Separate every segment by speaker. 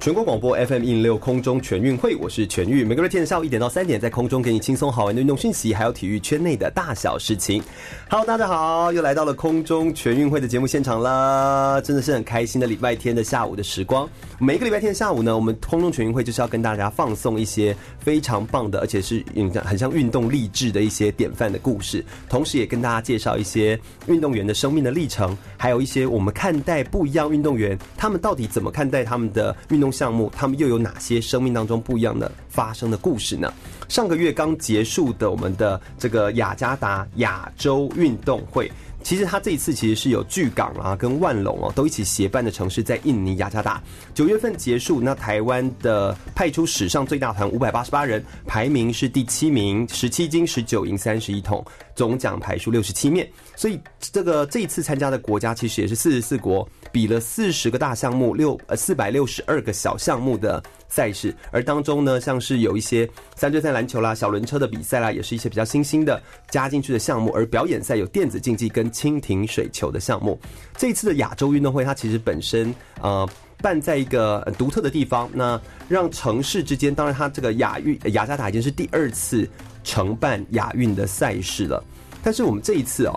Speaker 1: 全国广播 FM 一零六空中全运会，我是全玉。每个月天下午一点到三点，在空中给你轻松好玩的运动讯息，还有体育圈内的大小事情。Hello，大家好，又来到了空中全运会的节目现场啦，真的是很开心的礼拜天的下午的时光。每一个礼拜天下午呢，我们空中全运会就是要跟大家放送一些非常棒的，而且是运很像运动励志的一些典范的故事，同时也跟大家介绍一些运动员的生命的历程，还有一些我们看待不一样运动员，他们到底怎么看待他们的运动项目，他们又有哪些生命当中不一样的发生的故事呢？上个月刚结束的我们的这个雅加达亚洲运动会。其实他这一次其实是有巨港啊跟万隆哦都一起协办的城市，在印尼雅加达。九月份结束，那台湾的派出史上最大团五百八十八人，排名是第七名，十七金十九银三十一铜，总奖牌数六十七面。所以这个这一次参加的国家其实也是四十四国，比了四十个大项目，六呃四百六十二个小项目的赛事，而当中呢像是有一些三对三篮球啦、小轮车的比赛啦，啊也是一些比较新兴的加进去的项目，而表演赛有电子竞技跟蜻蜓水球的项目。这一次的亚洲运动会，它其实本身呃。办在一个呃独特的地方，那让城市之间，当然它这个亚运呃雅加达已经是第二次承办亚运的赛事了，但是我们这一次哦，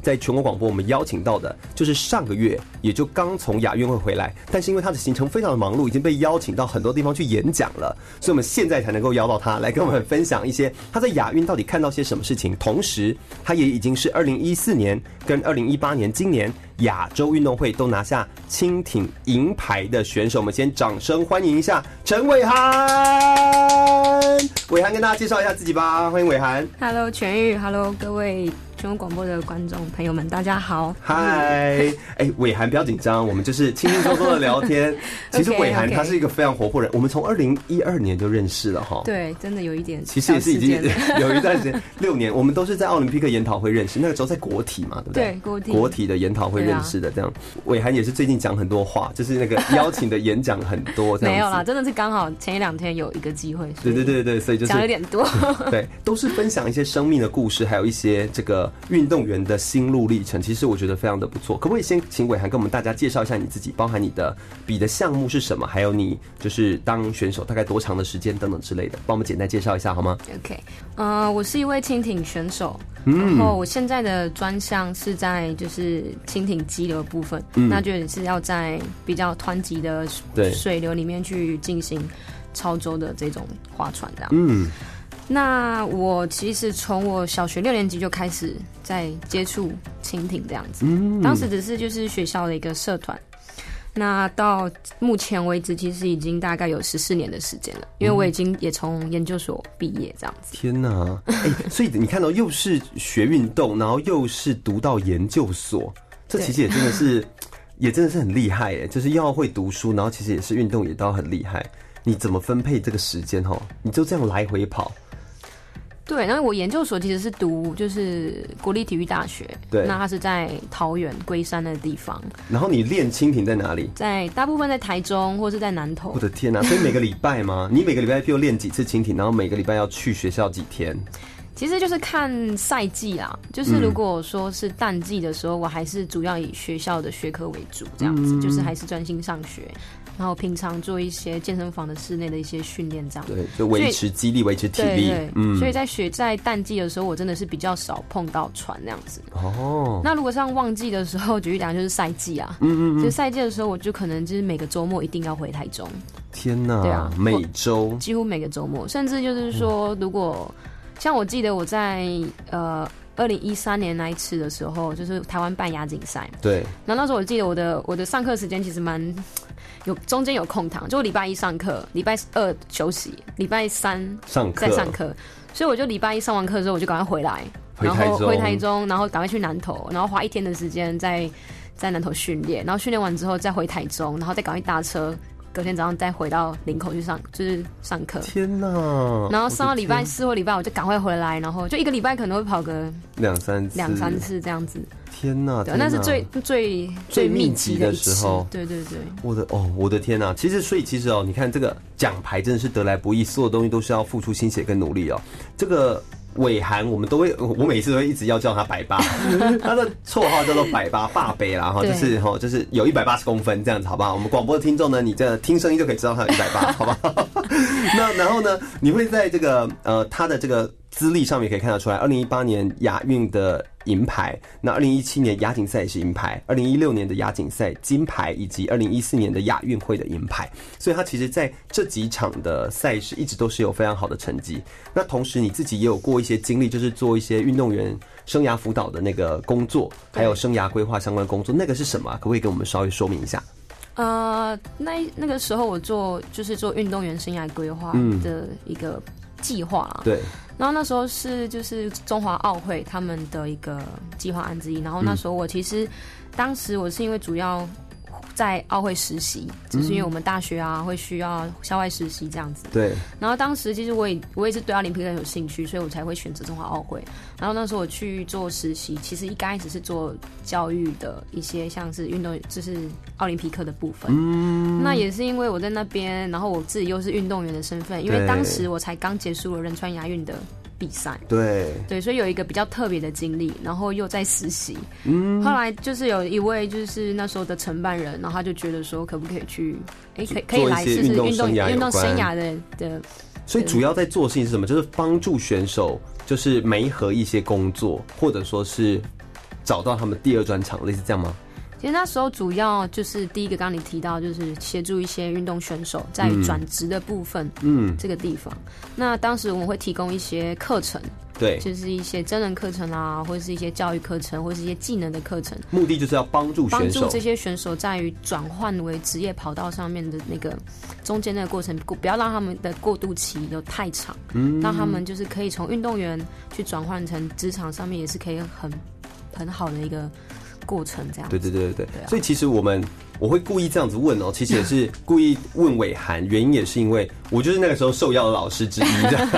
Speaker 1: 在全国广播，我们邀请到的就是上个月也就刚从亚运会回来，但是因为他的行程非常的忙碌，已经被邀请到很多地方去演讲了，所以我们现在才能够邀到他来跟我们分享一些他在亚运到底看到些什么事情。同时，他也已经是二零一四年跟二零一八年今年亚洲运动会都拿下蜻蜓银牌的选手。我们先掌声欢迎一下陈伟涵。伟涵跟大家介绍一下自己吧，欢迎伟涵。
Speaker 2: Hello，全玉，Hello，各位全国广播的观众朋友们，大家好。
Speaker 1: 嗨， 哎，伟涵不要紧张，我们就是轻轻松松的聊天。 其实
Speaker 2: OK，
Speaker 1: 伟涵
Speaker 2: OK
Speaker 1: 他是一个非常活泼人，我们从二零一二年就认识了哈。。
Speaker 2: 对，真的有一点
Speaker 1: 其实也是已
Speaker 2: 小时
Speaker 1: 经
Speaker 2: 间了
Speaker 1: 有一段时间，六年，我们都是在奥林匹克研讨会认识，那个时候在国体嘛，对不对？
Speaker 2: 对国体啊
Speaker 1: 国体的研讨会认识的，这样。伟涵也是最近讲很多话，就是那个邀请的演讲很多，这样子。
Speaker 2: 没有啦，真的是刚好前一两天有一个机会，所
Speaker 1: 对
Speaker 2: 以
Speaker 1: 对对对，所以就是
Speaker 2: 讲有点多。
Speaker 1: 对，都是分享一些生命的故事，还有一些这个运动员的心路历程。其实我觉得非常的不错。可不可以先请伟涵跟我们大家介绍一下你自己，包含你的比的项目是什么，还有你就是当选手大概多长的时间等等之类的，帮我们简单介绍一下好吗？
Speaker 2: OK，呃，我是一位蜻蜓选手，
Speaker 1: 嗯
Speaker 2: 然后我现在的专项是在就是蜻蜓激流的部分，那就也是要在比较湍急的
Speaker 1: 嗯对
Speaker 2: 水流里面去进行超舟的这种划船这样。
Speaker 1: 嗯，
Speaker 2: 那我其实从我小学六年级就开始在接触蜻蜓这样子，
Speaker 1: 嗯
Speaker 2: 当时只是就是学校的一个社团。那到目前为止，其实已经大概有十四年的时间了，
Speaker 1: 嗯
Speaker 2: 因为我已经也从研究所毕业这样子。
Speaker 1: 天哪！哎、所以你看到又是学运动，然后又是读到研究所，这
Speaker 2: 对
Speaker 1: 其实也真的是，也真的是很厉害哎，就是要会读书，然后其实也是运动也都很厉害。你怎么分配这个时间哈？你就这样来回跑，
Speaker 2: 对，然后我研究所其实是读就是国立体育大学，
Speaker 1: 对
Speaker 2: 那它是在桃园龟山的地方，
Speaker 1: 然后你练蜻蜓在哪里？
Speaker 2: 在大部分在台中或是在南投
Speaker 1: 我，的天呐、啊所以每个礼拜吗？ 你每个礼拜又练几次蜻蜓？然后每个礼拜要去学校几天？
Speaker 2: 其实就是看赛季啦，
Speaker 1: 嗯
Speaker 2: 就是如果说是淡季的时候，我还是主要以学校的学科为主，这样子，
Speaker 1: 嗯
Speaker 2: 就是还是专心上学，然后平常做一些健身房的室内的一些训练，这样。
Speaker 1: 对，就维持肌力，维持体
Speaker 2: 对
Speaker 1: 力嗯
Speaker 2: 对。，所以在学在淡季的时候，我真的是比较少碰到船那样子。
Speaker 1: 哦，
Speaker 2: 那如果像旺季的时候，举例讲就是赛季啊，嗯嗯就赛季的时候，我就可能就是每个周末一定要回台中，
Speaker 1: 天呐、
Speaker 2: 对啊
Speaker 1: 每周
Speaker 2: 几乎每个周末，甚至就是说，如果像我记得我在呃二零一三年那一次的时候，就是台湾办亚锦赛，
Speaker 1: 对，
Speaker 2: 然后那时候我记得我的我的上课时间其实蛮有中间有空堂，就我礼拜一上课，礼拜二休息，礼拜三
Speaker 1: 上课
Speaker 2: 在上课，所以我就礼拜一上完课之后，我就赶快回来，
Speaker 1: 回
Speaker 2: 然
Speaker 1: 台
Speaker 2: 后
Speaker 1: 中
Speaker 2: 回台中，然后赶快去南投，然后花一天的时间在在南投训练，然后训练完之后再回台中，然后再赶快搭车。隔天早上再回到林口去上，就是上课。
Speaker 1: 天哪！
Speaker 2: 然后上到礼拜四或礼拜五就赶快回来，然后就一个礼拜可能会跑个
Speaker 1: 两三次，
Speaker 2: 两三。次这样子。
Speaker 1: 天哪！
Speaker 2: 对，啊
Speaker 1: 天
Speaker 2: 那
Speaker 1: 哪
Speaker 2: 是最最
Speaker 1: 最密
Speaker 2: 密
Speaker 1: 集
Speaker 2: 集
Speaker 1: 的
Speaker 2: 一
Speaker 1: 时
Speaker 2: 次
Speaker 1: 候
Speaker 2: 对对对，
Speaker 1: 我的哦，我的天呐、其实，所以其实哦，你看这个奖牌真的是得来不易，所有东西都是要付出心血跟努力哦。这个伟涵，我们都会，我每次都会一直要叫他百八，他的绰号叫做百八霸杯啦哈，
Speaker 2: 对
Speaker 1: 就是哈，就是有一百八十公分这样子，好不好？我们广播的听众呢，你这听声音就可以知道他有一百八，好不好？那然后呢，你会在这个呃他的这个资历上面可以看得出来，二零一八年亚运的银牌，那二零一七年亚锦赛也是银牌，二零一六年的亚锦赛金牌，以及二零一四年的亚运会的银牌，所以他其实在这几场的赛事一直都是有非常好的成绩。那同时你自己也有过一些经历，就是做一些运动员生涯辅导的那个工作，还有生涯规划相关的工作，那个是什么啊、可不可以跟我们稍微说明一下？
Speaker 2: 呃，那一那个时候我做就是做运动员生涯规划
Speaker 1: 嗯
Speaker 2: 的一个计划啦。
Speaker 1: 对，
Speaker 2: 然后那时候是就是中华奥会他们的一个计划案之一。然后那时候我其实、当时我是因为主要在奥会实习，就是因为我们大学啊会需要校外实习这样子。
Speaker 1: 对，
Speaker 2: 然后当时其实我也我也是对奥林匹克很有兴趣，所以我才会选择中华奥会。然后那时候我去做实习，其实一开始是做教育的一些像是运动，就是奥林匹克的部分。嗯，那也是因为我在那边，然后我自己又是运动员的身份，因为
Speaker 1: 对
Speaker 2: 当时我才刚结束了仁川亚运的比赛。
Speaker 1: 对，
Speaker 2: 对，所以有一个比较特别的经历，然后又在实习。嗯，后来就是有一位就是那时候的承办人，然后他就觉得说，可不可以去，哎、可以可以
Speaker 1: 做一
Speaker 2: 来
Speaker 1: 些
Speaker 2: 试试
Speaker 1: 运动
Speaker 2: 运
Speaker 1: 生
Speaker 2: 动
Speaker 1: 涯有
Speaker 2: 运动生
Speaker 1: 关
Speaker 2: 涯的的
Speaker 1: 所以主要在做的事情是什么？就是帮助选手，就是媒合一些工作，或者说是找到他们第二专场，类似这样吗？
Speaker 2: 其实那时候主要就是第一个，刚刚你提到就是协助一些运动选手在转职的部分，
Speaker 1: 嗯，
Speaker 2: 这个地方。那当时我们会提供一些课程，
Speaker 1: 对，
Speaker 2: 就是一些真人课程啦，或者是一些教育课程，或者是一些技能的课程，
Speaker 1: 目的就是要帮助
Speaker 2: 帮
Speaker 1: 选
Speaker 2: 助
Speaker 1: 手
Speaker 2: 这。些选手在于转换为职业跑道上面的那个中间那个过程，不不要让他们的过渡期有太长，
Speaker 1: 嗯
Speaker 2: 让他们就是可以从运动员去转换成职场上面，也是可以很很好的一个过程，这样
Speaker 1: 对对对对对
Speaker 2: 对。啊
Speaker 1: 所以其实我们我会故意这样子问哦，其实也是故意问伟涵，原因也是因为我就是那个时候受邀的老师之一，这样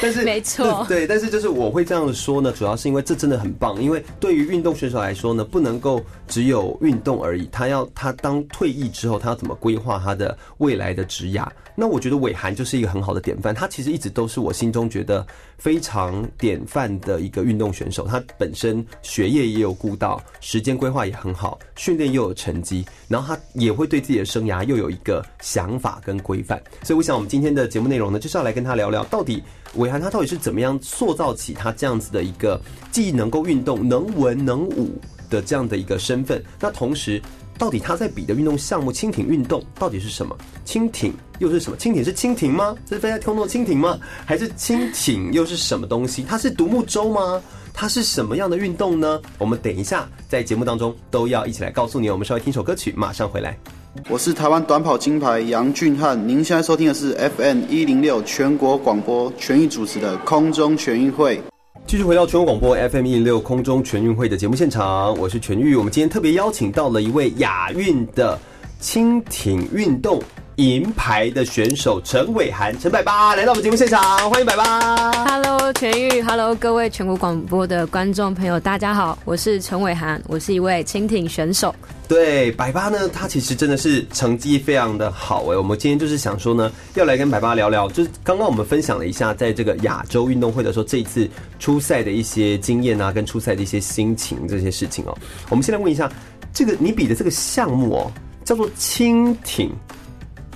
Speaker 1: 但是
Speaker 2: 没错
Speaker 1: 对，对但是就是我会这样说呢，主要是因为这真的很棒，因为对于运动选手来说呢，不能够只有运动而已，他要他当退役之后，他要怎么规划他的未来的职涯？那我觉得伟涵就是一个很好的典范，他其实一直都是我心中觉得非常典范的一个运动选手，他本身学业也有顾到，时间规划也很好，训练又有成绩，然后他也会对自己的生涯又有一个想法跟规范。所以我想，我们今天的节目内容呢，就是要来跟他聊聊，到底韦涵他到底是怎么样塑造起他这样子的一个既能够运动、能文能武的这样的一个身份。那同时，到底他在比的运动项目轻艇运动到底是什么？轻艇又是什么？轻艇是蜻蜓吗？是飞在空中的蜻蜓吗？还是轻艇又是什么东西？它是独木舟吗？它是什么样的运动呢？我们等一下在节目当中都要一起来告诉你。哦我们稍微听首歌曲，马上回来。
Speaker 3: 我是台湾短跑金牌杨俊翰，您现在收听的是 FM 一零六全国广播全域主持的空中全运会。
Speaker 1: 继续回到全国广播 FM 一零六空中全运会的节目现场，我是全玉。我们今天特别邀请到了一位亚运的轻艇运动银牌的选手陈伟涵，陈百八来到我们节目现场，欢迎百八。
Speaker 2: Hello，全域，Hello，各位全国广播的观众朋友，大家好，我是陈伟涵，我是一位蜻蜓选手。
Speaker 1: 对，百八呢，他其实真的是成绩非常的好哎。我们今天就是想说呢，要来跟百八聊聊，就是刚刚我们分享了一下在这个亚洲运动会的时候，这一次出赛的一些经验啊，跟出赛的一些心情这些事情哦。我们先来问一下，这个你比的这个项目哦，叫做蜻蜓。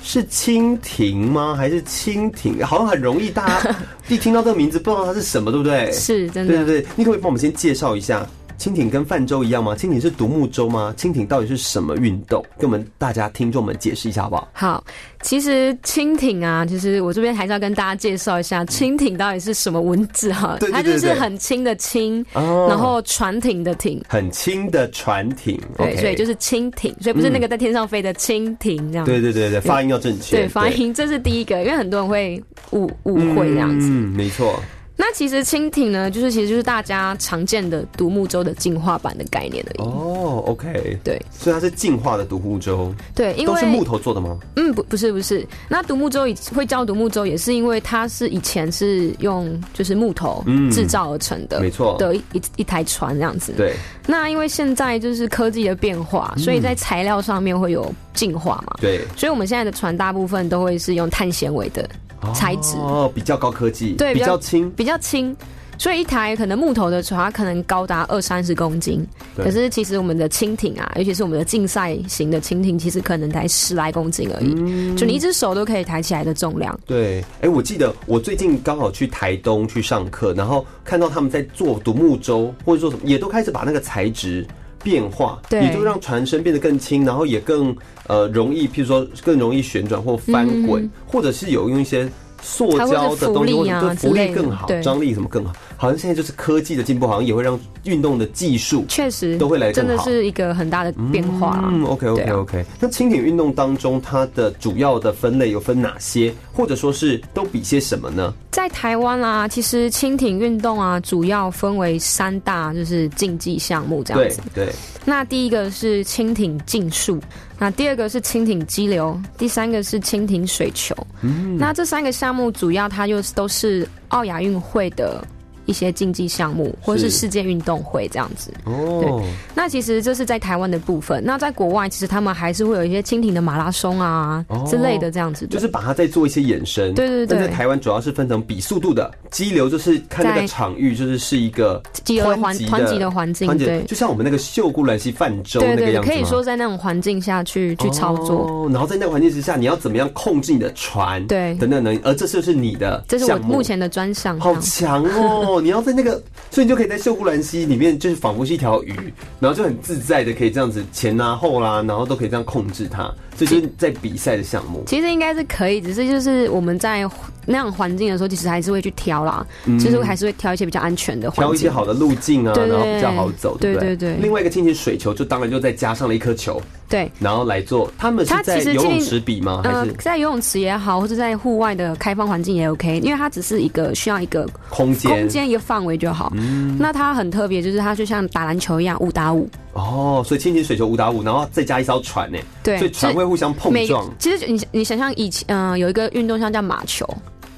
Speaker 1: 是蜻蜓吗？还是蜻蜓？好像很容易，大家一听到这个名字不知道它是什么，对不对？
Speaker 2: 是真
Speaker 1: 对对
Speaker 2: 的，
Speaker 1: 对，你可不可以帮我们先介绍一下蜻蜓跟泛舟一样吗？蜻蜓是独木舟吗？蜻蜓到底是什么运动？跟我们大家听众们解释一下好不好？
Speaker 2: 好，其实蜻蜓啊，其实我这边还是要跟大家介绍一下蜻蜓到底是什么文字哈、
Speaker 1: 对对
Speaker 2: 它
Speaker 1: 对
Speaker 2: 就是
Speaker 1: 对
Speaker 2: 很轻的轻，
Speaker 1: 哦
Speaker 2: 然后船艇的艇。
Speaker 1: 很轻的船艇，
Speaker 2: 对
Speaker 1: OK 嗯
Speaker 2: 所以就是蜻蜓，所以不是那个在天上飞的蜻蜓这样。
Speaker 1: 对对对对，发音要正确，
Speaker 2: 对发音这是第一个，因为很多人会误误会这样子。
Speaker 1: 嗯，没错，
Speaker 2: 那那其实蜻蜓呢，就是其实就是大家常见的独木舟的进化版的概念而已。
Speaker 1: 哦，OK，
Speaker 2: 对
Speaker 1: 所以它是进化的独木舟，
Speaker 2: 对，因
Speaker 1: 都是木
Speaker 2: 为
Speaker 1: 头做的吗？
Speaker 2: 嗯不不是不是，那独木舟以会叫独木舟，也是因为它是以前是用就是木头
Speaker 1: 嗯
Speaker 2: 制造而成的，
Speaker 1: 没错
Speaker 2: 的一一一台船这样子。
Speaker 1: 对，嗯
Speaker 2: 那因为现在就是科技的变化，所以在材料上面会有进化嘛。
Speaker 1: 对，
Speaker 2: 所以我们现在的船大部分都会是用碳纤维的材质，
Speaker 1: 哦，比较高科技，
Speaker 2: 对
Speaker 1: 比
Speaker 2: 比较
Speaker 1: 较轻，
Speaker 2: 比较轻。所以一台可能木头的船，它可能高达二三十公斤，
Speaker 1: 对
Speaker 2: 可是其实我们的蜻蜓啊，尤其是我们的竞赛型的蜻蜓，其实可能才十来公斤而已，
Speaker 1: 嗯
Speaker 2: 就你一只手都可以抬起来的重量。
Speaker 1: 对，哎、我记得我最近刚好去台东去上课，然后看到他们在做独木舟，或者说什么，也都开始把那个材质变化，
Speaker 2: 对
Speaker 1: 也就让船身变得更轻，然后也更呃容易，譬如说更容易旋转或翻滚，或者是有用一些。塑胶的东西，
Speaker 2: 嗯还会是浮
Speaker 1: 或
Speaker 2: 力啊
Speaker 1: 者对浮力
Speaker 2: 之类的
Speaker 1: 更好，
Speaker 2: 对
Speaker 1: 张力什么更好，好像现在就是科技的进步，好像也会让运动的技术
Speaker 2: 确实
Speaker 1: 都会来得更
Speaker 2: 真的
Speaker 1: 好
Speaker 2: 是一个很大的变化啊。
Speaker 1: 嗯，OK OK
Speaker 2: 对啊
Speaker 1: OK、那轻艇运动当中，它的主要的分类有分哪些，或者说是都比些什么呢？
Speaker 2: 在台湾啊，其实蜻蜓运动啊，主要分为三大就是竞技项目这样
Speaker 1: 对
Speaker 2: 子。
Speaker 1: 对，
Speaker 2: 那第一个是蜻蜓竞速，那第二个是蜻蜓激流，第三个是蜻蜓水球。
Speaker 1: 嗯
Speaker 2: 那这三个项目主要它又是都是奥亚运会的。一些竞技项目，或是
Speaker 1: 是
Speaker 2: 世界运动会这样子。
Speaker 1: 哦，
Speaker 2: 那其实这是在台湾的部分。那在国外，其实他们还是会有一些蜻蜓的马拉松啊、
Speaker 1: 哦
Speaker 2: 之类的这样子的。
Speaker 1: 就是把它再做一些延伸。
Speaker 2: 对对对
Speaker 1: 但在台湾主要是分成比速度的激流，就是看那个
Speaker 2: 在
Speaker 1: 场域，就是是一个
Speaker 2: 激流的环
Speaker 1: 级
Speaker 2: 湍急的环境
Speaker 1: 湍急的
Speaker 2: 对
Speaker 1: 就像我们那个秀姑峦溪泛舟
Speaker 2: 对
Speaker 1: 那个
Speaker 2: 对，
Speaker 1: 样子
Speaker 2: 可以
Speaker 1: 吗
Speaker 2: 说在那种环境下去去操作。
Speaker 1: 哦然后在那个环境之下，你要怎么样控制你的船？
Speaker 2: 对
Speaker 1: 等等能力，而这就是你的
Speaker 2: 这是我
Speaker 1: 项目
Speaker 2: 目前的专项。
Speaker 1: 好强哦！你 要在那个，所以你就可以在秀姑峦溪里面，就是仿佛是一条鱼，然后就很自在的可以这样子前啊后啦、然后都可以这样控制它。这就是在比赛的项目。
Speaker 2: 其实应该是可以，只是就是我们在那样环境的时候，其实还是会去挑啦，就是还是会挑一些比较安全的环境。
Speaker 1: 嗯挑一些好的路径啊，
Speaker 2: 对
Speaker 1: 然后比较好走，
Speaker 2: 对
Speaker 1: 不对？
Speaker 2: 对对对
Speaker 1: 另外一个蜻蜓水球就当然就再加上了一颗球，
Speaker 2: 对，
Speaker 1: 然后来做。他们是
Speaker 2: 它
Speaker 1: 在
Speaker 2: 其实
Speaker 1: 游
Speaker 2: 蜻
Speaker 1: 泳
Speaker 2: 蜓
Speaker 1: 池比吗？还
Speaker 2: 呃
Speaker 1: 是，
Speaker 2: 在游泳池也好，或者在户外的开放环境也 OK，因为它只是一个需要一个
Speaker 1: 空间？嗯
Speaker 2: 空间一个范围就好。那它很特别，就是它就像打篮球一样五打五，
Speaker 1: 哦，所以蜻蜓水球五打五，然后再加一艘船呢，欸
Speaker 2: 对
Speaker 1: 所以船
Speaker 2: 是
Speaker 1: 会互相碰
Speaker 2: 每
Speaker 1: 撞
Speaker 2: 其实你你想象以前嗯、有一个运动项叫马球，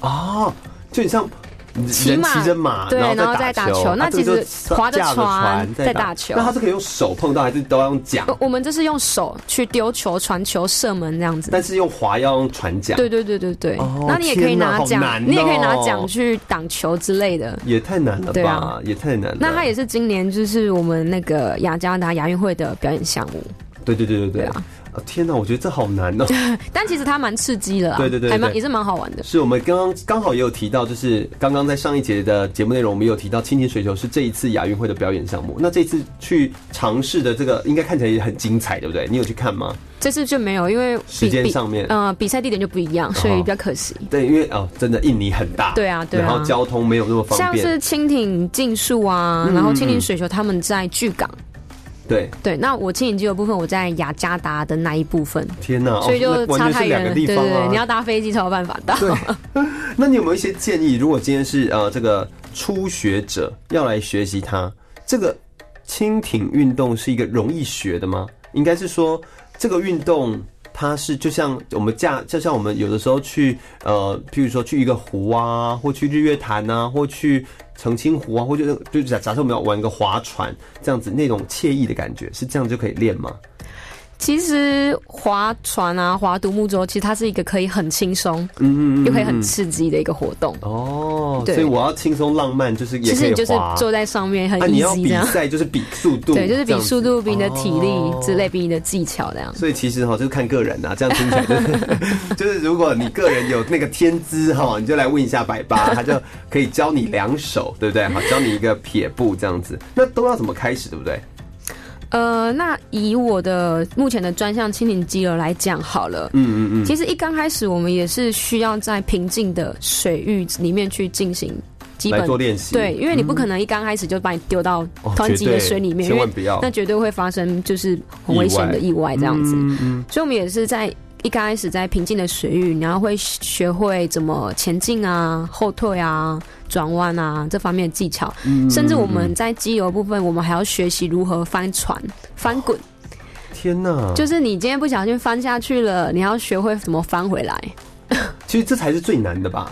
Speaker 1: 哦，就很像。人
Speaker 2: 骑
Speaker 1: 骑
Speaker 2: 马
Speaker 1: 着马，
Speaker 2: 对
Speaker 1: 然
Speaker 2: 然后
Speaker 1: 再
Speaker 2: 再打
Speaker 1: 球，
Speaker 2: 球
Speaker 1: 啊
Speaker 2: 那
Speaker 1: 这个
Speaker 2: 其实
Speaker 1: 就
Speaker 2: 划着
Speaker 1: 架船
Speaker 2: 船
Speaker 1: 再
Speaker 2: 在打球
Speaker 1: 那他是可以用手碰到，还是都要用桨
Speaker 2: 呃？我们这是用手去丢球、传球、射门这样子。
Speaker 1: 但是用划要用船桨，
Speaker 2: 对对对对对，
Speaker 1: 哦
Speaker 2: 那你也可以
Speaker 1: 天哪
Speaker 2: 拿
Speaker 1: 好
Speaker 2: 奖，
Speaker 1: 难
Speaker 2: 你也可以拿
Speaker 1: 哦
Speaker 2: 奖去挡球之类的。
Speaker 1: 也太难了
Speaker 2: 对
Speaker 1: 吧？
Speaker 2: 啊
Speaker 1: 也太难了。
Speaker 2: 那它也是今年就是我们那个雅加达亚运会的表演项目，
Speaker 1: 对对对对对
Speaker 2: 对啊
Speaker 1: 啊天哪，我觉得这好难哦。
Speaker 2: 但其实它蛮刺激的啦，
Speaker 1: 对对对
Speaker 2: 还蛮
Speaker 1: 对
Speaker 2: 也是蛮好玩的。
Speaker 1: 是我们刚刚刚好也有提到，就是刚刚在上一节的节目内容，我们有提到蜻蜓水球是这一次亚运会的表演项目。那这次去尝试的这个，应该看起来也很精彩，对不对？你有去看吗？
Speaker 2: 这次就没有，因为比
Speaker 1: 时间
Speaker 2: 比
Speaker 1: 上面
Speaker 2: 呃，比赛地点就不一样，所以比较可惜。
Speaker 1: 对，因为哦，真的印尼很大，
Speaker 2: 对啊对啊
Speaker 1: 然后交通没有那么方
Speaker 2: 像
Speaker 1: 便，
Speaker 2: 是蜻蜓竞速啊，然后
Speaker 1: 嗯
Speaker 2: 蜻
Speaker 1: 嗯嗯
Speaker 2: 蜓水球他们在巨港，
Speaker 1: 对，
Speaker 2: 对，那我蜻蜓机的部分我在雅加达的那一部分，
Speaker 1: 天哪，
Speaker 2: 所以
Speaker 1: 哦
Speaker 2: 就
Speaker 1: 那完
Speaker 2: 差
Speaker 1: 全
Speaker 2: 太
Speaker 1: 是两
Speaker 2: 远
Speaker 1: 个
Speaker 2: 了。
Speaker 1: 地
Speaker 2: 对对
Speaker 1: 方啊。
Speaker 2: 对，你要搭飞机才有办法到。
Speaker 1: 那你有没有一些建议？如果今天是呃这个初学者要来学习它，这个蜻蜓运动是一个容易学的吗？应该是说这个运动它是就像我们驾，就像我们有的时候去呃，譬如说去一个湖啊，或去日月潭啊，或去澄清湖啊，或者就假假设我们要玩个划船这样子那种惬意的感觉，是这样就可以练吗？
Speaker 2: 其实划船啊，划独木舟，其实它是一个可以很轻松，
Speaker 1: 嗯
Speaker 2: 又可以很刺激的一个活动。
Speaker 1: 哦，
Speaker 2: 对
Speaker 1: 所以我要轻松浪漫，就是也
Speaker 2: 其
Speaker 1: 可
Speaker 2: 实
Speaker 1: 以
Speaker 2: 你就是
Speaker 1: 划。
Speaker 2: 坐在上面很
Speaker 1: 啊，你要
Speaker 2: easy
Speaker 1: 比
Speaker 2: 这样，
Speaker 1: 赛就是比速度，
Speaker 2: 对，就是
Speaker 1: 这
Speaker 2: 比
Speaker 1: 样子
Speaker 2: 速度、比你的体力之。
Speaker 1: 哦
Speaker 2: 类、比你的技巧这样。
Speaker 1: 所以其实哈，就是看个人啊呐，这样听起来就是就是， 如果你个人有那个天资哈，你就来问一下百 八，他就可以教你两手，对不对？好，教你一个撇步这样子，那都要怎么开始，对不对？
Speaker 2: 呃，那以我的目前的专项蜻蜓激流来讲好了，
Speaker 1: 嗯嗯嗯，
Speaker 2: 其实一刚开始我们也是需要在平静的水域里面去进行基
Speaker 1: 来
Speaker 2: 本
Speaker 1: 做练习，
Speaker 2: 对，因为你不可能一刚开始就把你丢到
Speaker 1: 哦，
Speaker 2: 湍急
Speaker 1: 绝对
Speaker 2: 的水里面，
Speaker 1: 千
Speaker 2: 因为
Speaker 1: 万不要
Speaker 2: 那绝对会发生就是很危险的意外这样子。
Speaker 1: 嗯嗯
Speaker 2: 所以我们也是在一开始在平静的水域，然后会学会怎么前进啊、后退啊、转弯啊这方面的技巧，
Speaker 1: 嗯
Speaker 2: 甚至我们在机油部分，我们还要学习如何翻船、翻滚。
Speaker 1: 天哪！
Speaker 2: 就是你今天不小心翻下去了，你要学会怎么翻回来。
Speaker 1: 其实这才是最难的吧。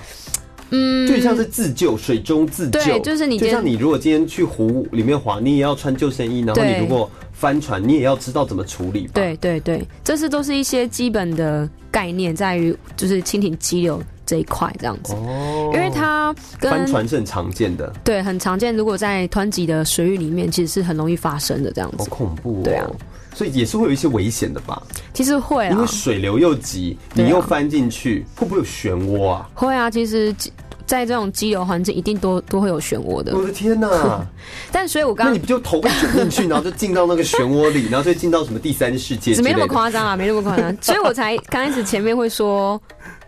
Speaker 1: 嗯，就像是自救，水中自救。
Speaker 2: 对就是你今
Speaker 1: 就
Speaker 2: 天
Speaker 1: 像你如果今天去湖里面滑，你也要穿救生衣，然后
Speaker 2: 对
Speaker 1: 你如果翻船，你也要知道怎么处理吧。，
Speaker 2: 对对对，这是都是一些基本的概念，在于就是蜻蜓激流这一块这样子，
Speaker 1: 哦，
Speaker 2: 因为它跟
Speaker 1: 翻船是很常见的，
Speaker 2: 对很常见，如果在湍急的水域里面，其实是很容易发生的这样
Speaker 1: 好
Speaker 2: 子。
Speaker 1: 恐怖哦。
Speaker 2: 对啊
Speaker 1: 所以也是会有一些危险的吧，
Speaker 2: 其实会
Speaker 1: 因
Speaker 2: 啊
Speaker 1: 为，水流又急，
Speaker 2: 对啊
Speaker 1: 你又翻进去，会不会有漩涡啊？
Speaker 2: 会啊，其实激在这种激流环境，一定都都会有漩涡的。
Speaker 1: 我的天哪！
Speaker 2: 但所以呃我
Speaker 1: 嗯
Speaker 2: 刚
Speaker 1: 那
Speaker 2: 刚
Speaker 1: 你不就头被卷进去，然后就进到那个漩涡 里，然后就进到什么第三世界之
Speaker 2: 没
Speaker 1: 类
Speaker 2: 那么
Speaker 1: 的？
Speaker 2: 夸张啊，没那么夸 张，所以我才刚开始前面会说，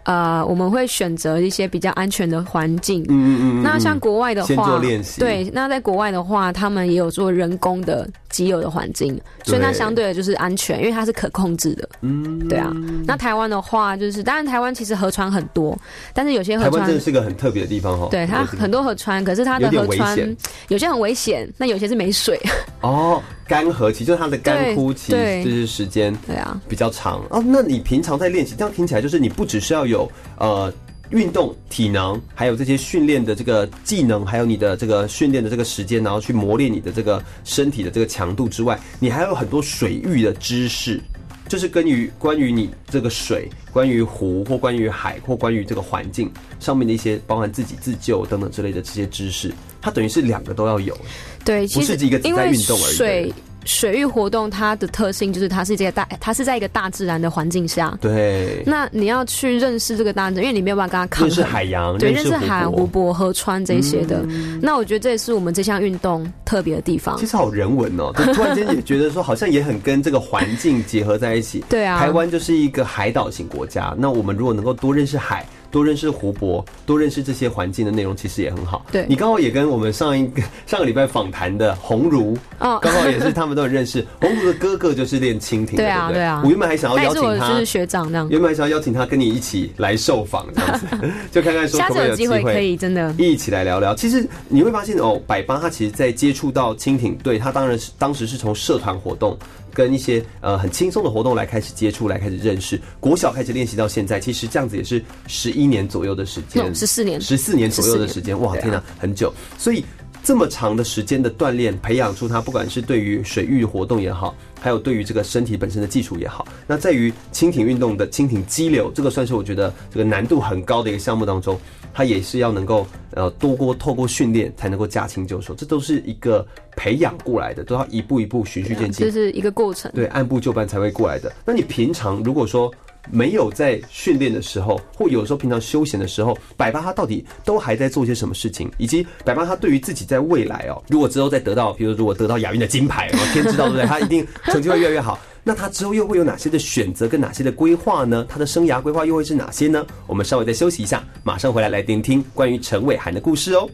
Speaker 2: 呃，我们会选择一些比较安全的环境。
Speaker 1: 嗯嗯嗯。
Speaker 2: 那像国外的
Speaker 1: 先做
Speaker 2: 话
Speaker 1: 练，习
Speaker 2: 对，那在国外的话，他们也有做人工的机油的环境，所以那
Speaker 1: 对
Speaker 2: 相对的就是安全，因为它是可控制的。
Speaker 1: 嗯
Speaker 2: 对啊，那台湾的话，就是当然台湾其实河川很多，但是有些河
Speaker 1: 台湾
Speaker 2: 川
Speaker 1: 真的是个很特别的地方哈。哦
Speaker 2: 对它
Speaker 1: 我觉得
Speaker 2: 很多河川，可是它的
Speaker 1: 有点
Speaker 2: 河
Speaker 1: 危
Speaker 2: 川
Speaker 1: 险
Speaker 2: 有些很危险，那有些是没水。
Speaker 1: 哦，干涸期就是它的干枯期，
Speaker 2: 对对
Speaker 1: 就是时间
Speaker 2: 对啊，
Speaker 1: 比较长哦。那你平常在练习，这样听起来就是你不只是要有呃运动体能，还有这些训练的这个技能，还有你的这个训练的这个时间，然后去磨练你的这个身体的这个强度之外，你还有很多水域的知识。就是关于关于你这个水、关于湖或关于海或关于这个环境上面的一些，包含自己自救等等之类的这些知识，它等于是两个都要有。
Speaker 2: 对，其实
Speaker 1: 是一个只
Speaker 2: 因
Speaker 1: 在
Speaker 2: 为
Speaker 1: 运动而已
Speaker 2: 水水域活动它的特性就是它是这个大，它是在一个大自然的环境下。
Speaker 1: 对，
Speaker 2: 那你要去认识这个大自然，因为你没有办法跟它抗
Speaker 1: 认识
Speaker 2: 衡。
Speaker 1: 海洋，
Speaker 2: 对，认
Speaker 1: 识
Speaker 2: 识海洋、湖
Speaker 1: 湖泊，嗯
Speaker 2: 泊、河川这些的。那我觉得这也是我们这项运动特别的地方
Speaker 1: 其。实好人文 哦。就突然间也觉得说，好像也很跟这个环境结合在一起。
Speaker 2: 对啊
Speaker 1: 台湾就是一个海岛型国家，那我们如果能够多认识海。多认识湖泊，多认识这些环境的内容，其实也很好。
Speaker 2: 对
Speaker 1: 你刚好也跟我们上一个 上个礼拜访谈的鸿儒，
Speaker 2: 哦
Speaker 1: 刚好也是他们都很认 识。鸿儒的哥哥就是练蜻蜓的，
Speaker 2: 对啊
Speaker 1: 不
Speaker 2: 对啊
Speaker 1: 我原本还想要
Speaker 2: 那也
Speaker 1: 邀
Speaker 2: 是我
Speaker 1: 请
Speaker 2: 就
Speaker 1: 他，
Speaker 2: 是学长那样，
Speaker 1: 原本还想要邀请他跟你一起来受访，这 样子，就看看说
Speaker 2: 下
Speaker 1: 可不
Speaker 2: 次
Speaker 1: 可以有
Speaker 2: 机会可以真的。
Speaker 1: 一起来聊聊。其实你会发现哦，百八他其实在接触到蜻蜓队，他当然是当时是从社团活动跟一些呃很轻松的活动来开始接触，来开始认识。国小开始练习到现在，其实这样子也是十一年左右的时间，
Speaker 2: No，14年
Speaker 1: 哦十四年左右的
Speaker 2: 14
Speaker 1: 时间。哇，天哪，很久。所以。这么长的时间的锻炼，培养出他不管是对于水域活动也好，还有对于这个身体本身的技术也好，那在于蜻蜓运动的蜻蜓激流，这个算是我觉得这个难度很高的一个项目当中，它也是要能够呃多过透过训练才能够驾轻就熟，这都是一个培养过来的，都要一步一步循序渐进
Speaker 2: 就，是一个过程，
Speaker 1: 对，按部就班才会过来的。那你平常如果说没有在训练的时候，或有时候平常休闲的时候，百八他到底都还在做些什么事情，以及百八他对于自己在未来哦，如果之后再得到，比如说如果得到亚运的金牌，哦，天知道对不对？他一定成绩会越来越好。那他之后又会有哪些的选择跟哪些的规划呢？他的生涯规划又会是哪些呢？我们稍微再休息一下，马上回来来聆听关于陈伟涵的故事哦。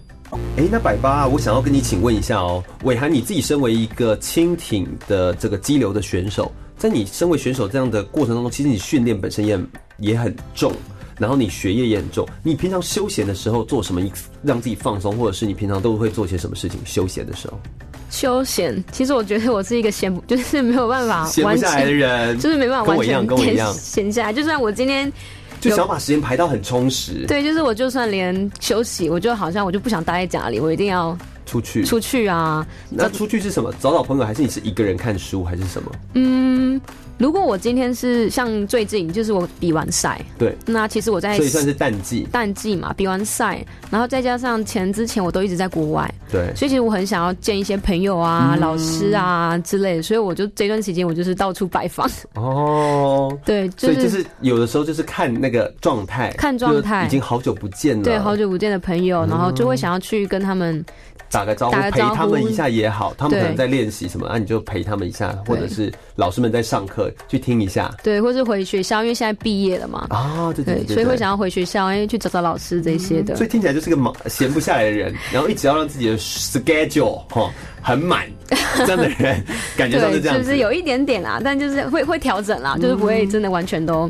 Speaker 1: 哎，那百八，我想要跟你请问一下哦，伟涵，你自己身为一个蜻蜓的这个激流的选手，在你身为选手这样的过程当中，其实你训练本身也很也很重，然后你学业也很重。你平常休闲的时候做什么，让自己放松，或者是你平常都会做些什么事情？休闲的时候，
Speaker 2: 休闲。其实我觉得我是一个闲不，就是没有办法
Speaker 1: 闲不
Speaker 2: 啊完
Speaker 1: 下来的
Speaker 2: 全，
Speaker 1: 人，
Speaker 2: 就是没办法
Speaker 1: 跟
Speaker 2: 完
Speaker 1: 我一样，
Speaker 2: 全
Speaker 1: 跟我一样，
Speaker 2: 闲下来。就算我今天
Speaker 1: 就想把时间排到很充实，
Speaker 2: 对，就是我就算连休息，我就好像我就不想待在家里，我一定要
Speaker 1: 出去。
Speaker 2: 出去啊。
Speaker 1: 那出去是什么？找找朋友，还是你是一个人看书，还是什么？
Speaker 2: 嗯，如果我今天是像最近，就是我比完赛，
Speaker 1: 对，
Speaker 2: 那其实我在
Speaker 1: 所以算是淡季。
Speaker 2: 淡季嘛，比完赛，然后再加上前之前我都一直在国外，
Speaker 1: 对，嗯
Speaker 2: 所以其实我很想要见一些朋友啊、老师啊之类的，所以我就这段时间我就是到处拜访，
Speaker 1: 哦，
Speaker 2: 对，
Speaker 1: 所
Speaker 2: 就。
Speaker 1: 以就是是有的时候就是看那个状态，
Speaker 2: 看状
Speaker 1: 就
Speaker 2: 态
Speaker 1: 是已经好久不见了，
Speaker 2: 对，好久不见的朋友，
Speaker 1: 嗯
Speaker 2: 然后就会想要去跟他们，
Speaker 1: 打个招呼，
Speaker 2: 打个
Speaker 1: 陪
Speaker 2: 招呼
Speaker 1: 他们一下也好，他们
Speaker 2: 对
Speaker 1: 可能在练习什么，啊，你就陪他们一下，或者是老师们在上课去听一下
Speaker 2: 对，或是回学校，因为现在毕业了嘛，
Speaker 1: 啊，对对
Speaker 2: 对
Speaker 1: 对，对
Speaker 2: 所以会
Speaker 1: 对嗯
Speaker 2: 想要回学校，因哎为去找找老师这些的
Speaker 1: 所。以听起来就是个忙闲不下来的人，然后一直要让自己的 schedule 哈很满，这样的人感觉上
Speaker 2: 对，
Speaker 1: 是这样
Speaker 2: 就
Speaker 1: 子嗯
Speaker 2: 是。有一点点啦，但就是会会调整啦，就是不会真的完全都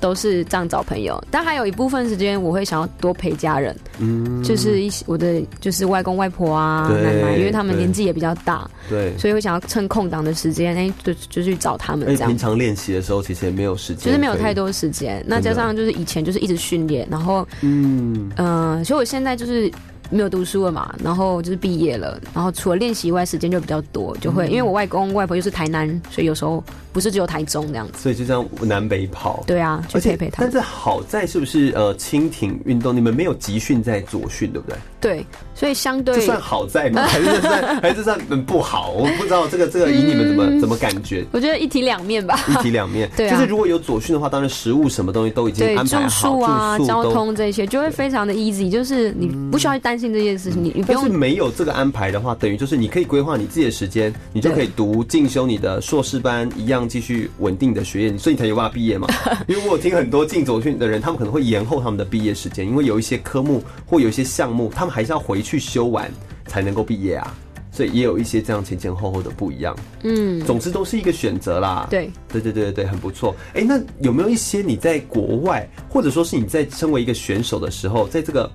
Speaker 2: 都是这样找朋友，但还有一部分时间我会想要多陪家人，嗯，就是一些我的就是外公外婆啊、
Speaker 1: 对
Speaker 2: 奶奶，因为他们
Speaker 1: 对
Speaker 2: 年纪也比较大，
Speaker 1: 对。
Speaker 2: 所以会想要趁空档的时间，哎、就就去找他们
Speaker 1: 因为
Speaker 2: 这样
Speaker 1: 平。常练习的时候，其实也没有时间，
Speaker 2: 就是没有
Speaker 1: 可以
Speaker 2: 太。多时间，那
Speaker 1: 真
Speaker 2: 加
Speaker 1: 的
Speaker 2: 上就是以前就是一直训练，然后
Speaker 1: 嗯，
Speaker 2: 嗯，所以我现在就是没有读书了嘛，然后就是毕业了，然后除了练习以外，时间就比较多，就
Speaker 1: 嗯
Speaker 2: 会、因为我外公外婆又是台南，所以有时候不是只有台中这样子。
Speaker 1: 所以就这样南北跑。
Speaker 2: 对啊，去
Speaker 1: 而且
Speaker 2: 陪陪
Speaker 1: 但
Speaker 2: 他们。
Speaker 1: 是好在是不是呃轻艇运动，你们没有集训在左训，对不对？
Speaker 2: 对，所以相
Speaker 1: 这
Speaker 2: 对，
Speaker 1: 算好在 吗？还是这算还是算嗯不好？我不知道这个这个以你们怎么怎么感觉。
Speaker 2: 我觉得一体两面吧。
Speaker 1: 一体两面，
Speaker 2: 嗯 对啊
Speaker 1: 就是如果有左训的话，当然食物什么东西 都已经
Speaker 2: 对，
Speaker 1: 安
Speaker 2: 住
Speaker 1: 排好，
Speaker 2: 宿啊、
Speaker 1: 住宿
Speaker 2: 交
Speaker 1: 都
Speaker 2: 通这些就会非常的 easy，就是你不需要去担心这件事情，你你不
Speaker 1: 嗯但是
Speaker 2: 用
Speaker 1: 没有这个安排的话，等于就是你可以规划你自己的时间，你就可以读进修你的硕士班，一样继续稳定的学业，所以你才有办法毕业 嘛。因为我有听很多进走训的人，他们可能会延后他们的毕业时间，因为有一些科目或有一些项目，他们还是要回去修完才能够毕业啊。所以也有一些这样前前后后的不一样，
Speaker 2: 嗯，
Speaker 1: 总之都是一个选择啦。
Speaker 2: 对，
Speaker 1: 对对对对对，很不错。哎，那有没有一些你在国外，或者说是你在身为一个选手的时候，在这个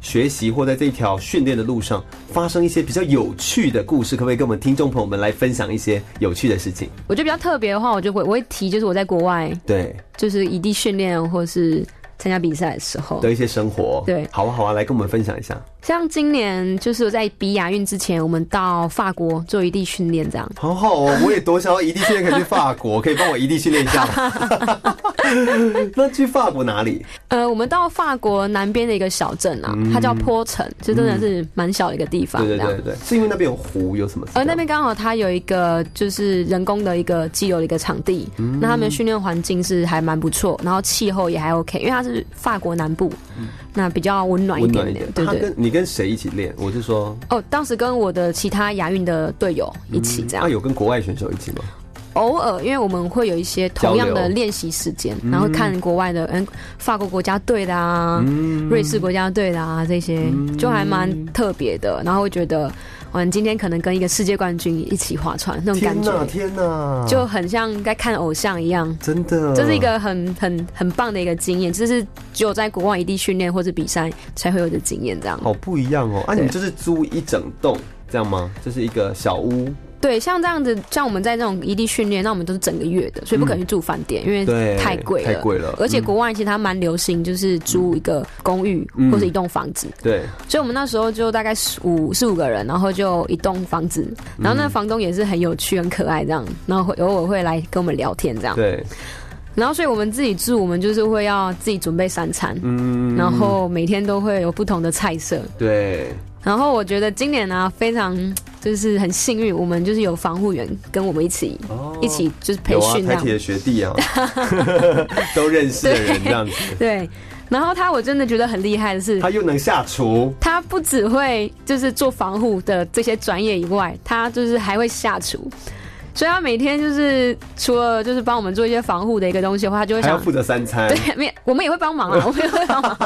Speaker 1: 学习或在这一条训练的路上，发生一些比较有趣的故事？可不可以跟我们听众朋友们来分享一些有趣的事情？
Speaker 2: 我觉得比较特别的话，我就会我会提，就是我在国外
Speaker 1: 对，
Speaker 2: 就是异地训练或是参加比赛的时候，
Speaker 1: 的一些生活。
Speaker 2: 对
Speaker 1: 好啊好啊，来跟我们分享一下。
Speaker 2: 像今年就是我在比亚运之前，我们到法国做一地训练，这样
Speaker 1: 好好哦，我也多想要异地训练，可以去法国，可以帮我异地训练一下吗？ 那去法国哪里？
Speaker 2: 呃，我们到法国南边的一个小镇啊，它叫坡城，就真的是蛮小的一个地
Speaker 1: 嗯
Speaker 2: 方，
Speaker 1: 对
Speaker 2: 这
Speaker 1: 对
Speaker 2: 样。
Speaker 1: 对对，是因为那边有湖，有什么？
Speaker 2: 呃而那边刚好它有一个就是人工的一个激流的一个场地，
Speaker 1: 嗯
Speaker 2: 那他们训练环境是还蛮不错，然后气候也还 OK，因为它是法国南部，那比较温暖
Speaker 1: 嗯
Speaker 2: 一
Speaker 1: 温
Speaker 2: 点
Speaker 1: 暖一
Speaker 2: 点
Speaker 1: 点。，
Speaker 2: 对
Speaker 1: 他
Speaker 2: 对。
Speaker 1: 跟你跟谁一起练？我是说，
Speaker 2: 哦，当时跟我的其他亚运的队友一起这样
Speaker 1: 啊，，有跟国外选手一起吗？
Speaker 2: 偶尔，因为我们会有一些同样的练习时间，
Speaker 1: 嗯
Speaker 2: 然后看国外的，嗯，法国国家队的啊，
Speaker 1: 嗯
Speaker 2: 瑞士国家队的啊，这些就还蛮特别的。然后会觉得，嗯，今天可能跟一个世界冠军一起划船，那种
Speaker 1: 天
Speaker 2: 嗯
Speaker 1: 呐，
Speaker 2: 感觉
Speaker 1: 天呐，
Speaker 2: 就很像在看偶像一样。
Speaker 1: 真的，
Speaker 2: 这是一个很很很棒的一个经验，这是只有在国外一地训练或者比赛才会有的经验，这样。
Speaker 1: 好不一样哦。啊，你们
Speaker 2: 对
Speaker 1: 就是租一整栋这样吗？就是一个小屋，
Speaker 2: 对，像这样子，像我们在这种异地训练，那我们都是整个月的，所以不可能去住饭店，
Speaker 1: 嗯
Speaker 2: 因
Speaker 1: 对
Speaker 2: 为嗯太贵了。呃
Speaker 1: 太贵了
Speaker 2: 而且国外其实它蛮流行，就是租一个公寓
Speaker 1: 嗯
Speaker 2: 或者一栋房子，
Speaker 1: 对，
Speaker 2: 所以我们那时候就大概十五四五个人，然后就一栋房子，
Speaker 1: 嗯
Speaker 2: 然后那个房东也是很有趣、很可爱这样，然后会偶尔会来跟我们聊天这样。
Speaker 1: 对，
Speaker 2: 然后所以我们自己住，我们就是会要自己准备三餐，
Speaker 1: 嗯，
Speaker 2: 然后每天都会有不同的菜色，
Speaker 1: 对，
Speaker 2: 然后我觉得今年呢、啊非常就是很幸运，我们就是有防护员跟我们一起、
Speaker 1: 哦
Speaker 2: 一起就是培
Speaker 1: 有啊，
Speaker 2: 训这
Speaker 1: 台
Speaker 2: 样，
Speaker 1: 铁的学弟 啊， 都认识的人这样子，
Speaker 2: 对。然后他我真的觉得很厉害的是，
Speaker 1: 他又能下 厨，
Speaker 2: 他不只会就是做防护的这些专业以外，他就是还会下厨。所以他每天就是除了就是帮我们做一些防护的一个东西的话，他就会
Speaker 1: 还要
Speaker 2: 想
Speaker 1: 负责三餐，
Speaker 2: 对，没有，我们也会 帮忙啊，我们也会帮忙，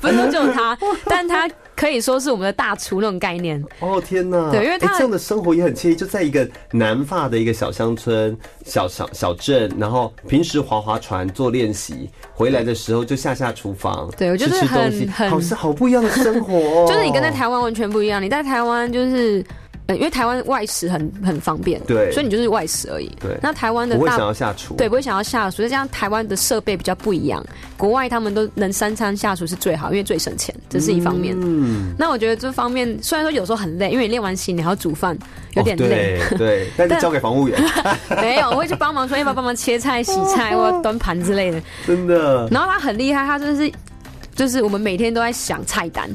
Speaker 2: 不是说只有他，但他可以说是我们的大厨那种概念。
Speaker 1: 哦天呐！
Speaker 2: 对因为他
Speaker 1: 诶这样的生活也很惬意，就在一个南法的一个小乡村、小小小镇，然后平时划划船、做练习，回来的时候就下下厨房，
Speaker 2: 对我觉得
Speaker 1: 吃吃东西，
Speaker 2: 很很。
Speaker 1: 好是好不一样的生活、哦
Speaker 2: 就是你跟在台湾完全不一样，你在台湾就是。呃，因为台湾外食很很方便，
Speaker 1: 对
Speaker 2: 所以你就是外食而已。
Speaker 1: 对
Speaker 2: 那台湾的
Speaker 1: 不会想
Speaker 2: 大
Speaker 1: 要下厨，
Speaker 2: 对不会想要下厨，再加上台湾的设备比较不一样，国外他们都能三餐下厨是最好，因为最省钱，这是一方面。
Speaker 1: 嗯，
Speaker 2: 那我觉得这方面虽然说有时候很累，因为你练完习你还要煮饭，有点累。
Speaker 1: 哦、对对，但是交给防务员，
Speaker 2: 没有，我会去帮忙说要哎不要帮忙切菜、洗 菜或端盘之类的。
Speaker 1: 真的，
Speaker 2: 然后他很厉害，他就是就是我们每天都在想菜单，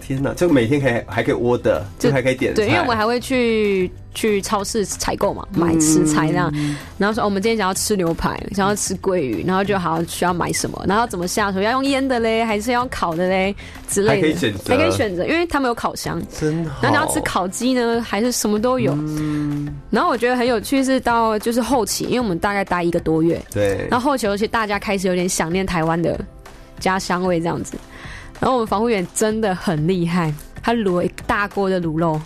Speaker 1: 天呐，就每天可以还可以 order，就还可以点菜，嗯
Speaker 2: 对，因为我们还会去去超市采购嘛，买食材那样，然后说、哦我们今天想要吃牛排，想要吃鲑鱼，然后就好像需要买什么，然后怎么下手，要用腌的嘞，还是要烤的嘞之类的，
Speaker 1: 还可以选择哦
Speaker 2: 还可以选择，因为他们有烤箱。
Speaker 1: 真好，
Speaker 2: 然后你要吃烤鸡呢，还是什么都有。
Speaker 1: 嗯
Speaker 2: 然后我觉得很有趣是到就是后期，因为我们大概待一个多月，
Speaker 1: 对，
Speaker 2: 然后后期而且大家开始有点想念台湾的家乡味这样子。然后我们防护员真的很厉害，他卤了一大锅的卤肉，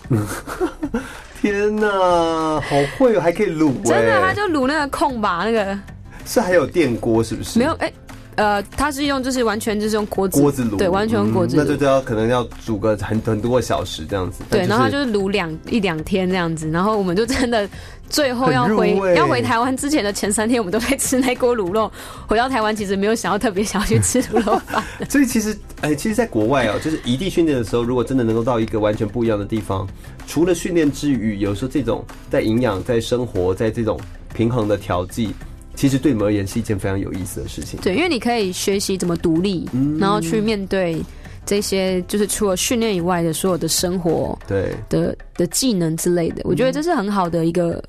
Speaker 1: 天呐，好会哦，还可以卤、欸，
Speaker 2: 真的，他就卤那个空吧，那个
Speaker 1: 是还有电锅是不是？
Speaker 2: 没有，哎、呃，它是用就是完全就是用锅子
Speaker 1: 锅子炉
Speaker 2: 对，完全用锅子
Speaker 1: 嗯
Speaker 2: 炉。
Speaker 1: 那就就要可能要煮个很很多个小时这样子。
Speaker 2: 对，
Speaker 1: 但
Speaker 2: 然后它就是卤两一两天这样子，然后我们就真的最后要
Speaker 1: 很
Speaker 2: 回
Speaker 1: 入味
Speaker 2: 要回台湾之前的前三天，我们都在吃那锅卤肉。回到台湾其实没有想要特别想要去吃卤肉 饭，
Speaker 1: 所以其实，哎、其实，在国外啊，就是异地训练的时候，如果真的能够到一个完全不一样的地方，除了训练之余，有时候这种在营养、在生活、在这种平衡的调剂，其实对你们而言是一件非常有意思的事情。
Speaker 2: 对，因为你可以学习怎么独立，
Speaker 1: 嗯
Speaker 2: 然后去面对这些就是除了训练以外的所有的生活
Speaker 1: 对，
Speaker 2: 的的技能之类的，我觉得这是很好的一个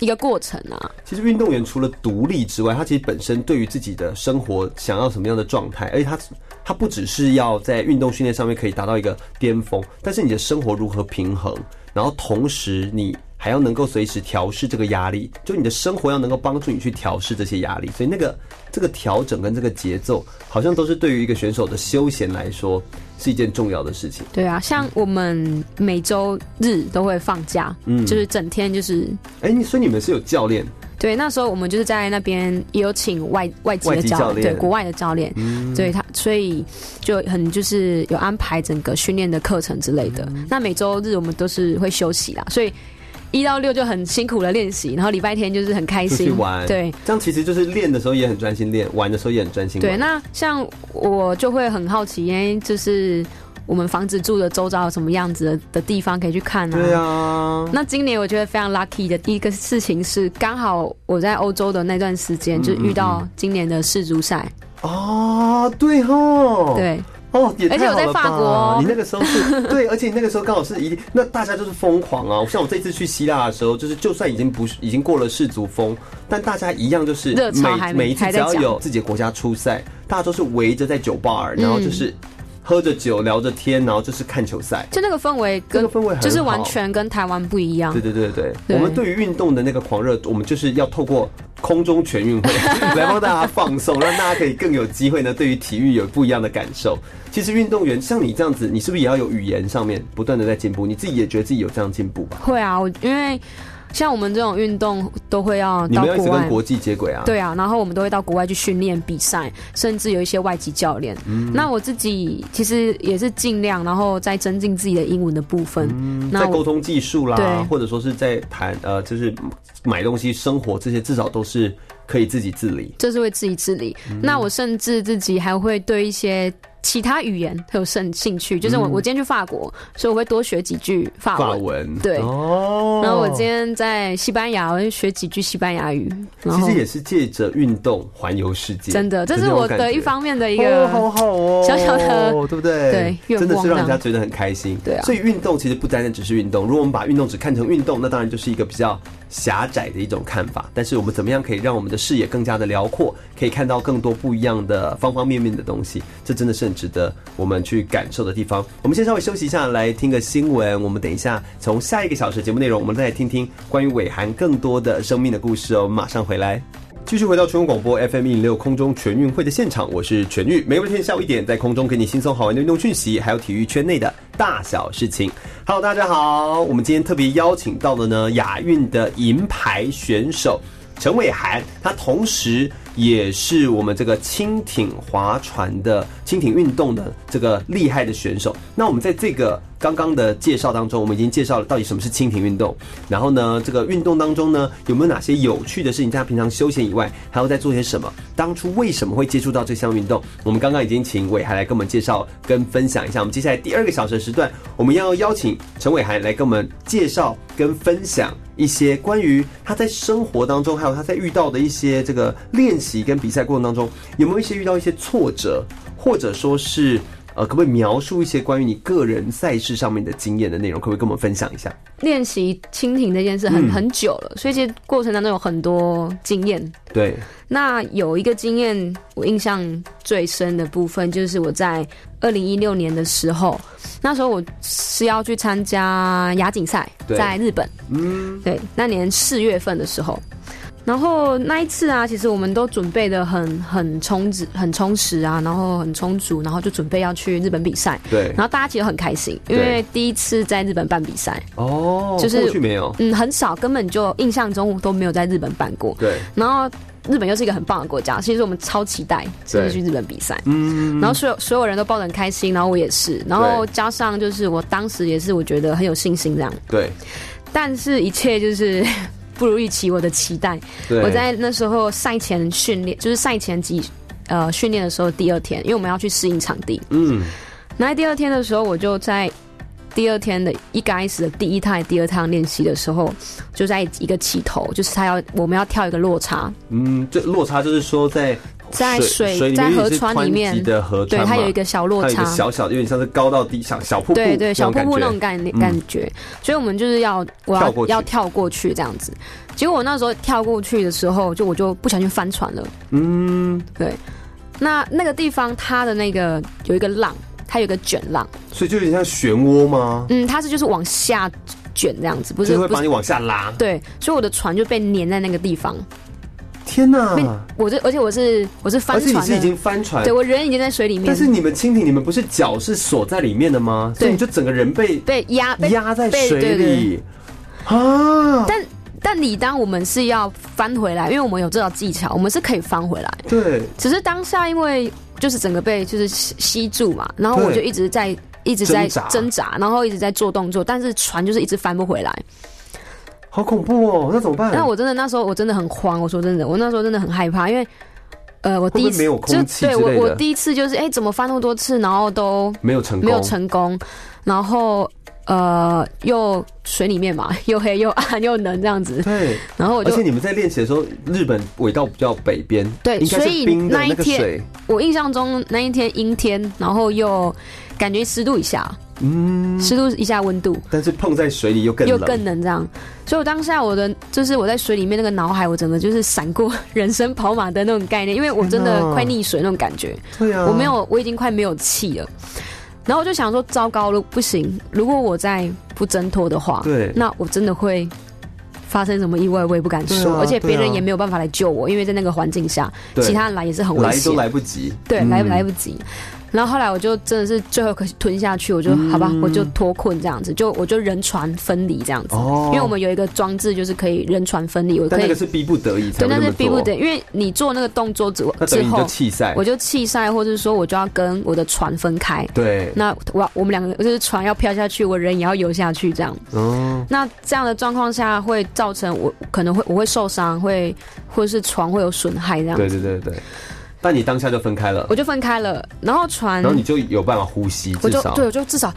Speaker 2: 一个过程啊。
Speaker 1: 其实运动员除了独立之外，他其实本身对于自己的生活想要什么样的状态，而且他他不只是要在运动训练上面可以达到一个巅峰，但是你的生活如何平衡，然后同时你还要能够随时调试这个压力，就你的生活要能够帮助你去调试这些压力，所以那个这个调整跟这个节奏，好像都是对于一个选手的休闲来说是一件重要的事情。
Speaker 2: 对啊，像我们每周日都会放假，
Speaker 1: 嗯
Speaker 2: 就是整天就是
Speaker 1: 哎、你所以你们是有教练，
Speaker 2: 对，那时候我们就是在那边也有请外外籍
Speaker 1: 外
Speaker 2: 的
Speaker 1: 籍
Speaker 2: 教
Speaker 1: 教练嗯
Speaker 2: 对国外的教练，所以他所以就很就是有安排整个训练的课程之类的。
Speaker 1: 嗯
Speaker 2: 那每周日我们都是会休息啦，所以一到六就很辛苦的练习，然后礼拜天就是很开
Speaker 1: 出去
Speaker 2: 心
Speaker 1: 玩，
Speaker 2: 哎对。
Speaker 1: 这样其实就是练的时候也很专心练，玩的时候也很专心玩。
Speaker 2: 对，那像我就会很好奇，因为就是我们房子住的周遭有什么样子的的地方可以去看
Speaker 1: 对啊，
Speaker 2: 那今年我觉得非常 lucky 的一个事情是，刚好我在欧洲的那段时
Speaker 1: 嗯
Speaker 2: 间就遇到今年的世足赛，
Speaker 1: 啊，对吼，，
Speaker 2: 对
Speaker 1: 哦，也太
Speaker 2: 而且我
Speaker 1: 好了
Speaker 2: 在法
Speaker 1: 吧
Speaker 2: 国哦
Speaker 1: 你那个时候是对，而且你那个时候刚好是一定，那大家就是疯狂啊！像我这次去希腊的时候，就是就算已经不是已经过了世足风，但大家一样就是
Speaker 2: 热潮
Speaker 1: 每
Speaker 2: 还没
Speaker 1: 每一次
Speaker 2: 还
Speaker 1: 只
Speaker 2: 在
Speaker 1: 要
Speaker 2: 讲
Speaker 1: 有自己的国家出赛，大家都是围着在酒吧，然后就是
Speaker 2: 嗯
Speaker 1: 喝着酒聊着天，然后就是看球赛。
Speaker 2: 就那个氛围
Speaker 1: 这个
Speaker 2: 跟
Speaker 1: 氛围很
Speaker 2: 就是完
Speaker 1: 好
Speaker 2: 全跟台湾不一样
Speaker 1: 对。对对对，
Speaker 2: 对
Speaker 1: 我们对于运动的那个狂热，我们就是要透过空中全运会 来帮大家放松，让大家可以更有机会呢，对于体育有不一样的感受。其实运动员像你这样子，你是不是也要有语言上面不断的在进步？你自己也觉得自己有这样进步吧？
Speaker 2: 会啊，我因为像我们这种运动都会要
Speaker 1: 你
Speaker 2: 到
Speaker 1: 们要一
Speaker 2: 国
Speaker 1: 直跟
Speaker 2: 外。
Speaker 1: 国际接轨啊！，
Speaker 2: 对啊，然后我们都会到国外去训练比赛，甚至有一些外籍教练。
Speaker 1: 嗯
Speaker 2: 那我自己其实也是尽量，然后再增进自己的英文的部分。
Speaker 1: 嗯在
Speaker 2: 那
Speaker 1: 沟
Speaker 2: 我
Speaker 1: 通技术啦
Speaker 2: 对，
Speaker 1: 或者说是在谈呃，就是买东西、生活这些，至少都是可以自己自理。
Speaker 2: 这是会自己自理。
Speaker 1: 嗯
Speaker 2: 那我甚至自己还会对一些其他语言很有兴兴趣，就是我、我今天去法国，所以我会多学几句法
Speaker 1: 嗯
Speaker 2: 文。
Speaker 1: 法文
Speaker 2: 对
Speaker 1: 哦，
Speaker 2: 然后我今天在西班牙，我会学几句西班牙语。然
Speaker 1: 其
Speaker 2: 后
Speaker 1: 实也是借着运动环游世界，
Speaker 2: 真的，这
Speaker 1: 就是种
Speaker 2: 我
Speaker 1: 感
Speaker 2: 的一
Speaker 1: 觉
Speaker 2: 方面的一个
Speaker 1: 哦、好好哦，
Speaker 2: 小小的
Speaker 1: 对不对？
Speaker 2: 对愿
Speaker 1: 真的
Speaker 2: 望
Speaker 1: 是让人
Speaker 2: 这
Speaker 1: 家
Speaker 2: 样
Speaker 1: 觉得很开心。
Speaker 2: 对啊
Speaker 1: 所以运动其实不单单只是运动，如果我们把运动只看成运动，那当然就是一个比较狭窄的一种看法。但是我们怎么样可以让我们的视野更加的辽阔，可以看到更多不一样的方方面面的东西？这真的是很值得我们去感受的地方。我们先稍微休息一下，来听个新闻。我们等一下从下一个小时的节目内容，我们再来听听关于伟涵更多的生命的故事哦。我们马上回来。继续回到全国广播 FM 一零六空中全运会的现场，我是全玉。每个天下午一点，在空中给你轻松好玩的运动讯息，还有体育圈内的大小事情。Hello，大家好，我们今天特别邀请到的呢，亚运的银牌选手陈伟涵，他同时也是我们这个轻艇划船的轻艇运动的这个厉害的选手。那我们在这个刚刚的介绍当中，我们已经介绍了到底什么是轻艇运动，然后呢，这个运动当中呢有没有哪些有趣的事情？大家平常休闲以外还要再做些什么？当初为什么会接触到这项运动？我们刚刚已经请伟涵来跟我们介绍跟分享一下。我们接下来第二个小时的时段，我们要邀请陈伟涵来跟我们介绍跟分享。一些关于他在生活当中，还有他在遇到的一些这个练习跟比赛过程当中，有没有一些遇到一些挫折，或者说是呃，可不可以描述一些关于你个人赛事上面的经验的内容？可不可以跟我们分享一下？
Speaker 2: 练习蜻蜓这件事
Speaker 1: 嗯
Speaker 2: 很、很久了，所以其实过程当中有很多经验。
Speaker 1: 对，
Speaker 2: 那有一个经验，我印象最深的部分就是我在二零一六年的时候，那时候我是要去参加亚锦赛，
Speaker 1: 对
Speaker 2: 在日本，嗯，对，那年四月份的时候。然后那一次啊，其实我们都准备的很很充足、很充实啊，然后很充足，然后就准备要去日本比赛。
Speaker 1: 对
Speaker 2: 然，后大家其实很开心，因
Speaker 1: 对
Speaker 2: 为第一次在日本办比赛，
Speaker 1: 哦，
Speaker 2: 就是
Speaker 1: 过去没有，
Speaker 2: 嗯，很少，根本就印象中都没有在日本办过。
Speaker 1: 对，
Speaker 2: 然后日本又是一个很棒的国家，其实我们超期待就是去日本比赛，嗯，然后所有所有人都抱得很开心，然后我也是，然后加上就是我当时也是我觉得很有信心这样，
Speaker 1: 对
Speaker 2: 但是一切就是 不如预期我的期待，
Speaker 1: 对，
Speaker 2: 我在那时候赛前训练，就是赛前几呃训练的时候，第二天，因为我们要去适应场地。
Speaker 1: 嗯
Speaker 2: 然后第二天的时候，我就在第二天的一开始的第一趟、第二趟练习的时候，就在一个起头，就是他要我们要跳一个落差，
Speaker 1: 嗯，这落差就是说在
Speaker 2: 在
Speaker 1: 水
Speaker 2: 水
Speaker 1: 水里
Speaker 2: 在
Speaker 1: 面
Speaker 2: 河
Speaker 1: 是
Speaker 2: 川里面
Speaker 1: 湍急的河
Speaker 2: 对，
Speaker 1: 川嘛，
Speaker 2: 它有一个小落
Speaker 1: 它有一
Speaker 2: 差
Speaker 1: 个，小小的，有点像是高到低小小瀑布，
Speaker 2: 对对，小瀑布那
Speaker 1: 种
Speaker 2: 种感
Speaker 1: 嗯
Speaker 2: 感觉，所以我们就是要我
Speaker 1: 跳
Speaker 2: 要
Speaker 1: 过去
Speaker 2: 要跳过去这样子。结果我那时候跳过去的时候，就我就不小心翻船了。
Speaker 1: 感觉，嗯，
Speaker 2: 那那个地方它的那个有一个浪，它有一个卷浪，
Speaker 1: 所以就有点像漩涡吗？
Speaker 2: 嗯，它是就是往下卷这样子，不
Speaker 1: 就是会
Speaker 2: 不
Speaker 1: 把
Speaker 2: 是。
Speaker 1: 你往下拉。
Speaker 2: 对，所以我的船就被粘在那个地方。
Speaker 1: 天哪！
Speaker 2: 被我这，而且我是我是
Speaker 1: 嗯
Speaker 2: 翻
Speaker 1: 而且你
Speaker 2: 船
Speaker 1: 是已
Speaker 2: 的，
Speaker 1: 经翻船
Speaker 2: 对，我人已经在水里面，
Speaker 1: 但是你们蜻蜓，你们不是脚是锁在里面的吗？所以
Speaker 2: 对
Speaker 1: 你就整个人被
Speaker 2: 被压被
Speaker 1: 压在
Speaker 2: 被
Speaker 1: 水
Speaker 2: 对对
Speaker 1: 里啊！
Speaker 2: 但但理当我们是要翻回来，因为我们有这道技巧，我们是可以翻回来。
Speaker 1: 对，
Speaker 2: 只是当下因为就是整个被就是吸吸住嘛，然后我
Speaker 1: 对
Speaker 2: 就一直在一直
Speaker 1: 挣
Speaker 2: 在
Speaker 1: 扎
Speaker 2: 挣扎，然后一直在做动作，但是船就是一直翻不回来。
Speaker 1: 好恐怖哦！那怎么办？
Speaker 2: 那我真的那时候我真的很慌，我说真的，我那时候真的很害怕，因为呃，我第一
Speaker 1: 会不会
Speaker 2: 次
Speaker 1: 没有空
Speaker 2: 就
Speaker 1: 气
Speaker 2: 对
Speaker 1: 之类
Speaker 2: 我
Speaker 1: 的
Speaker 2: 我第一次就是哎、怎么翻那么多次，然后都
Speaker 1: 没有成功，
Speaker 2: 没有成功，然后呃又水里面嘛，又黑又暗又冷这样子，
Speaker 1: 对。
Speaker 2: 然 后我
Speaker 1: 而
Speaker 2: 就
Speaker 1: 且你们在练习的时候，日本轨道比较北边，
Speaker 2: 对
Speaker 1: 应该
Speaker 2: 所
Speaker 1: 是
Speaker 2: 以
Speaker 1: 冰的
Speaker 2: 那一
Speaker 1: 那个
Speaker 2: 天
Speaker 1: 水，
Speaker 2: 我印象中那一天阴天，然后又感觉十度以下，嗯，十度以下温度
Speaker 1: 但是碰在水里又更
Speaker 2: 又
Speaker 1: 冷，
Speaker 2: 更冷这样，所以我当下我的就是我在水里面那个脑海，我整个就是闪过 人生跑马灯那种概念，因为我真
Speaker 1: 天哪
Speaker 2: 的快溺水那种感觉，
Speaker 1: 对啊，
Speaker 2: 我没有，我已经快没有气了。然后我就想说，糟糕了，不行！如果我再不挣脱的话，
Speaker 1: 对
Speaker 2: 那我真的会发生什么意外，我也不敢
Speaker 1: 对
Speaker 2: 说，
Speaker 1: 啊
Speaker 2: 而且别
Speaker 1: 对啊
Speaker 2: 人也没有办法来救我，因为在那个环境下，
Speaker 1: 对
Speaker 2: 其他人来也是很危
Speaker 1: 来
Speaker 2: 险
Speaker 1: 都，来不及，
Speaker 2: 对，
Speaker 1: 嗯
Speaker 2: 来来不及。然后后来我就真的是最后可吞下去，我就、好吧，我就
Speaker 1: 嗯
Speaker 2: 脱困这样子，就我就人船分离这样子，
Speaker 1: 哦
Speaker 2: 因为我们有一个装置就是可以人船分离，我
Speaker 1: 但那
Speaker 2: 可以
Speaker 1: 个是逼不得已才会
Speaker 2: 对，但
Speaker 1: 这
Speaker 2: 是
Speaker 1: 么
Speaker 2: 逼不
Speaker 1: 做
Speaker 2: 得，，因为你做那个动作之
Speaker 1: 那等
Speaker 2: 之
Speaker 1: 于你就
Speaker 2: 后，
Speaker 1: 弃赛
Speaker 2: 我，就弃赛，或者说我就要跟我的船分开。
Speaker 1: 对，
Speaker 2: 那我我们两个就是船要飘下去，我人也要游下去，这样。
Speaker 1: 哦，
Speaker 2: 那这样的状况下会造成我可能会我会受伤，会或者是船会有损害这样。
Speaker 1: 对对对对，但你当下就分开了
Speaker 2: 我，就分开了，然后船
Speaker 1: 然后你就有办法呼吸，
Speaker 2: 我
Speaker 1: 至
Speaker 2: 就
Speaker 1: 少
Speaker 2: 对，我就至少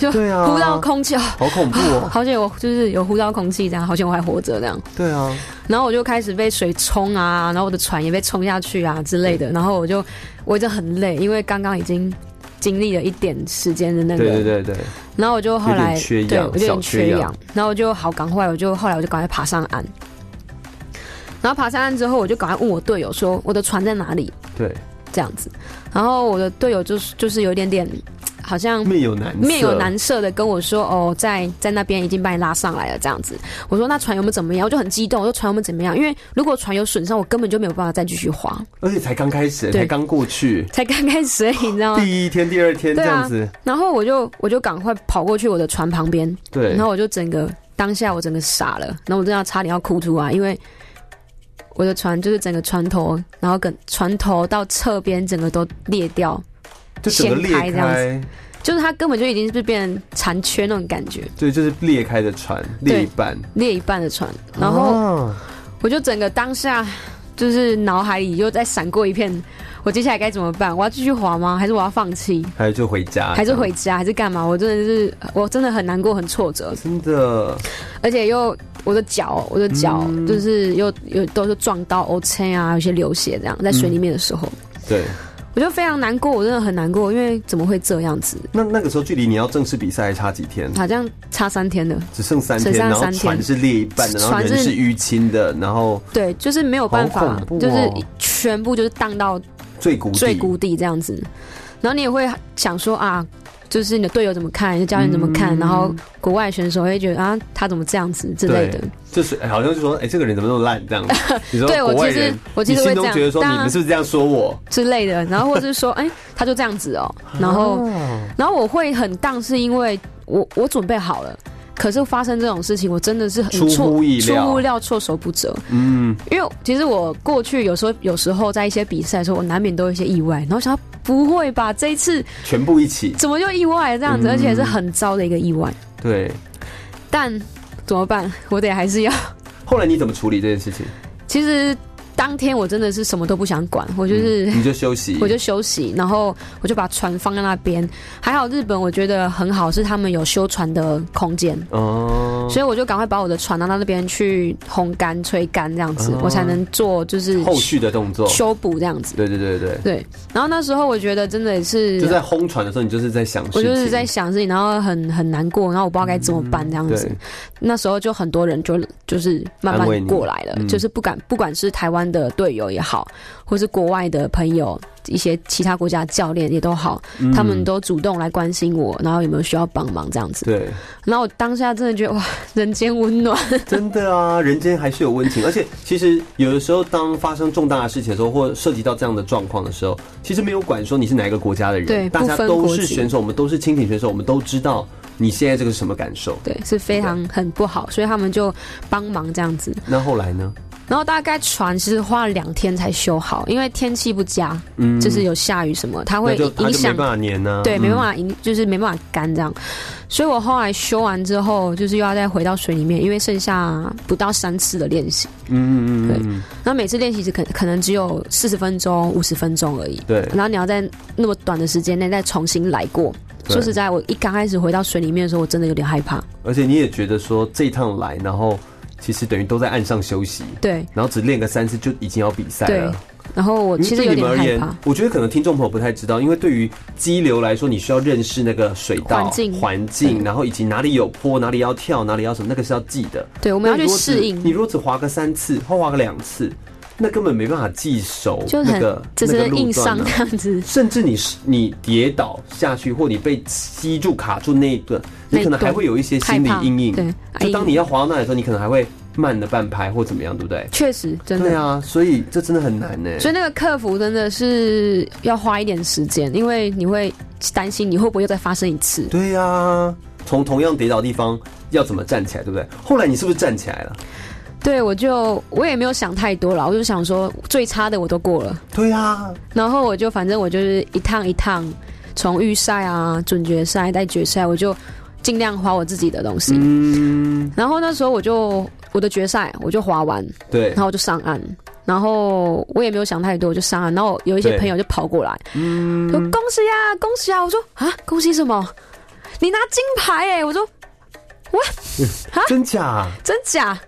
Speaker 2: 就
Speaker 1: 对啊，
Speaker 2: 呼到空气，哦
Speaker 1: 好恐怖哦，
Speaker 2: 好险我就是有呼到空气，这样好险我还活着这样。
Speaker 1: 对 啊，
Speaker 2: 然后我就开始被水冲啊，然后我的船也被冲下去啊之类的，然后我就我就很累，因为刚刚已经经历了一点时间的那个，
Speaker 1: 对对对对，
Speaker 2: 然后我就后来
Speaker 1: 有点缺氧
Speaker 2: 对我就有
Speaker 1: 小
Speaker 2: 点
Speaker 1: 缺
Speaker 2: 缺
Speaker 1: 氧
Speaker 2: 氧，然后我就好赶快，我就后来我就赶快爬上岸。然后爬上岸之后，我就赶快问我队友说我的船在哪里
Speaker 1: 对，
Speaker 2: 这样子，然后我的队友就是就是有一点点好像
Speaker 1: 面有难色，
Speaker 2: 嗯面有难色的跟我说：“哦，在在那边已经把你拉上来了，这样子。”我说：“那船有没有怎么样？”我就很激动，我说：“船有没有怎么样？”因为如果船有损伤，我根本就没有办法再继续滑，
Speaker 1: 而且才刚开始，
Speaker 2: 对
Speaker 1: 才刚过去，
Speaker 2: 才刚开始而已，你知道吗？
Speaker 1: 第一天、第二天这
Speaker 2: 对啊
Speaker 1: 样子，
Speaker 2: 然后我就我就赶快跑过去我的船旁边，
Speaker 1: 对，
Speaker 2: 然后我就整个当下我整个傻了，然后我真的差点要哭出来，因为我的船就是整个船头，然后跟船头到侧边整个都裂掉，
Speaker 1: 就整个
Speaker 2: 掀
Speaker 1: 裂
Speaker 2: 开这样子
Speaker 1: 开，
Speaker 2: 就是它根本就已经是变成残缺那种感觉，
Speaker 1: 对，就是裂开的船，
Speaker 2: 对
Speaker 1: 裂一半，
Speaker 2: 裂一半的船，然后。
Speaker 1: 啊
Speaker 2: 我就整个当下就是脑海里又在闪过一片，我接下来该怎么办？我要继续滑吗？还是我要放弃？
Speaker 1: 还有就回家，
Speaker 2: 还是
Speaker 1: 这样
Speaker 2: 回家？还是干嘛？我真的是，我真的很难过，很挫折，
Speaker 1: 真的，
Speaker 2: 而且又我的脚，我的脚
Speaker 1: 嗯
Speaker 2: 就是又又都是撞到 O 青啊，有些流血这样，在水里面的时候，
Speaker 1: 对。
Speaker 2: 我就非常难过，我真的很难过，因为怎么会这样子？
Speaker 1: 那那个时候距离你要正式比赛还差几天？
Speaker 2: 好像差三天了，
Speaker 1: 只剩三
Speaker 2: 只
Speaker 1: 天，
Speaker 2: 剩
Speaker 1: 然后
Speaker 2: 三天
Speaker 1: 船是裂一半的，然后
Speaker 2: 船
Speaker 1: 人
Speaker 2: 是
Speaker 1: 是淤青的，然后
Speaker 2: 对，就是没有办
Speaker 1: 好
Speaker 2: 法，
Speaker 1: 恐怖哦
Speaker 2: 就是全部就是荡到
Speaker 1: 最谷底，
Speaker 2: 最谷底这样子，然后你也会想说啊，就是你的队友怎么看，你的教练怎么
Speaker 1: 嗯
Speaker 2: 看，然后国外选手会觉得啊，他怎么这样子之类的
Speaker 1: 对。就是哎好像就说，哎、这个人怎么那么烂这样子？ 你说
Speaker 2: 对我
Speaker 1: 国外
Speaker 2: 其实
Speaker 1: 人，
Speaker 2: 我其实
Speaker 1: 你心
Speaker 2: 会
Speaker 1: 中
Speaker 2: 这样
Speaker 1: 觉得说，
Speaker 2: 当
Speaker 1: 你
Speaker 2: 然
Speaker 1: 们是不是这样说我？
Speaker 2: 之类的，然后或者是说，哎、 他就这
Speaker 1: 啊
Speaker 2: 样子哦、然后，然后我会很荡，是因为我我准备好了，可是发生这种事情，我真的是很
Speaker 1: 出乎
Speaker 2: 措
Speaker 1: 意料
Speaker 2: 出乎料措手不及。嗯，因为其实我过去有时候有时候在一些比赛的时候，我难免都有一些意外，然后想到不会吧，这一次
Speaker 1: 全部一起，
Speaker 2: 怎么就意外这
Speaker 1: 嗯
Speaker 2: 样子，而且是很糟的一个意外。
Speaker 1: 对。
Speaker 2: 但怎么办？我得还是要。
Speaker 1: 后来你怎么处理这件事情？
Speaker 2: 其实当天我真的是什么都不想管，我就是、
Speaker 1: 你就休息，
Speaker 2: 我就休息，然后我就把船放在那边。还好日本我觉得很好，是他们有修船的空间，
Speaker 1: 哦，
Speaker 2: 所以我就赶快把我的船拿到那边去烘干、吹干这样子，
Speaker 1: 哦
Speaker 2: 我才能做就是
Speaker 1: 后续哦的动作，
Speaker 2: 修补这样子。
Speaker 1: 对对对对，
Speaker 2: 对，然后那时候我觉得真的也是
Speaker 1: 就在轰船的时候，你就是在想事情，
Speaker 2: 我就是在想事情，然后很很难过，然后我不知道该怎么办这样子。
Speaker 1: 嗯对
Speaker 2: 那时候就很多人就就是慢
Speaker 1: 安慰你
Speaker 2: 慢过来了，
Speaker 1: 嗯
Speaker 2: 就是不敢，不管是台湾的队友也好，或是国外的朋友，一些其他国家的教练也都好，
Speaker 1: 嗯
Speaker 2: 他们都主动来关心我，然后有没有需要帮忙这样子。
Speaker 1: 对，
Speaker 2: 然后我当下真的觉得哇，人间温 暖，
Speaker 1: 真的啊，人间还是有温情。而且其实有的时候，当发生重大的事情的时候，或涉及到这样的状况的时候，其实没有管说你是哪一个国家的人，
Speaker 2: 对
Speaker 1: 大家
Speaker 2: 不分
Speaker 1: 都
Speaker 2: 国
Speaker 1: 是
Speaker 2: 籍
Speaker 1: 选手，我们都是轻艇选手，我们都知道你现在这个是什么感受。
Speaker 2: 对，是非常很不好，所以他们就帮忙这样子。
Speaker 1: 那后来呢？
Speaker 2: 然后大概船其实花了两天才修好，因为天气不佳，就是有下雨什么，
Speaker 1: 嗯
Speaker 2: 它
Speaker 1: 那
Speaker 2: 会
Speaker 1: 就他
Speaker 2: 影
Speaker 1: 就没
Speaker 2: 响
Speaker 1: 办法粘呢、
Speaker 2: 对，
Speaker 1: 嗯
Speaker 2: 没办。法赢，就是没办法干这样。所以我后来修完之后，就是又要再回到水里面，因为剩下不到三次的练习。
Speaker 1: 嗯嗯嗯嗯，
Speaker 2: 那每次练习只可可能只有四十分钟、五十分钟而已。
Speaker 1: 对
Speaker 2: 然后你要在那么短的时间内再重新来过。
Speaker 1: 对
Speaker 2: 说实在，我一刚开始回到水里面的时候，我真的有点害怕。
Speaker 1: 而且你也觉得说这一趟来，然后其实等于都在岸上休息，
Speaker 2: 对
Speaker 1: 然后只练个三次就已经要比赛了
Speaker 2: 对。然后我
Speaker 1: 嗯
Speaker 2: 其实有
Speaker 1: 对你
Speaker 2: 点
Speaker 1: 们而
Speaker 2: 害
Speaker 1: 言
Speaker 2: 怕，，
Speaker 1: 我觉得可能听众朋友不太知道，因为对于激流来说，你需要认识那个水道
Speaker 2: 环境
Speaker 1: 环境
Speaker 2: 对
Speaker 1: 然后以及哪里有坡，哪里要跳，哪里要什么，那个是要记的。
Speaker 2: 对，我
Speaker 1: 我
Speaker 2: 们要去适
Speaker 1: 你
Speaker 2: 应，
Speaker 1: 如果只滑个三次或滑个两次，那根本没办法记熟
Speaker 2: 就
Speaker 1: 那
Speaker 2: 很
Speaker 1: 个
Speaker 2: 只
Speaker 1: 那
Speaker 2: 是
Speaker 1: 个
Speaker 2: 硬
Speaker 1: 路段、
Speaker 2: 伤
Speaker 1: 啊
Speaker 2: 这。样子。
Speaker 1: 甚至你是你跌倒下去，或你被吸住卡住那一段，你
Speaker 2: 那一
Speaker 1: 可能还
Speaker 2: 段
Speaker 1: 会有一些心理
Speaker 2: 害怕
Speaker 1: 阴影。
Speaker 2: 对，
Speaker 1: 就当
Speaker 2: 哎
Speaker 1: 你要滑到那里的时候，你可能还会慢了半拍或怎么样，对不对？
Speaker 2: 确实真的
Speaker 1: 对啊，所以这真的很难呢、
Speaker 2: 所以那个客服真的是要花一点时间，因为你会担心你会不会又再发生一次。
Speaker 1: 对呀、从同样跌倒的地方要怎么站起来，对不对？后来你是不是站起来了？
Speaker 2: 对，我就我也没有想太多了，我就想说最差的我都过了，
Speaker 1: 对呀、
Speaker 2: 然后我就反正我就是一趟一趟，从预赛啊、准决赛、带决赛，我就尽量花我自己的东西。
Speaker 1: 嗯，
Speaker 2: 然后那时候我就我的决赛我就滑完，
Speaker 1: 对
Speaker 2: 然，后我就上岸。然后我也没有想太多，我就上岸。然后有一些
Speaker 1: 对嗯
Speaker 2: 朋友就跑过来，说恭喜啊，恭喜啊！我说啊，恭喜什么？你拿金牌哎、我说
Speaker 1: 真假
Speaker 2: 真假？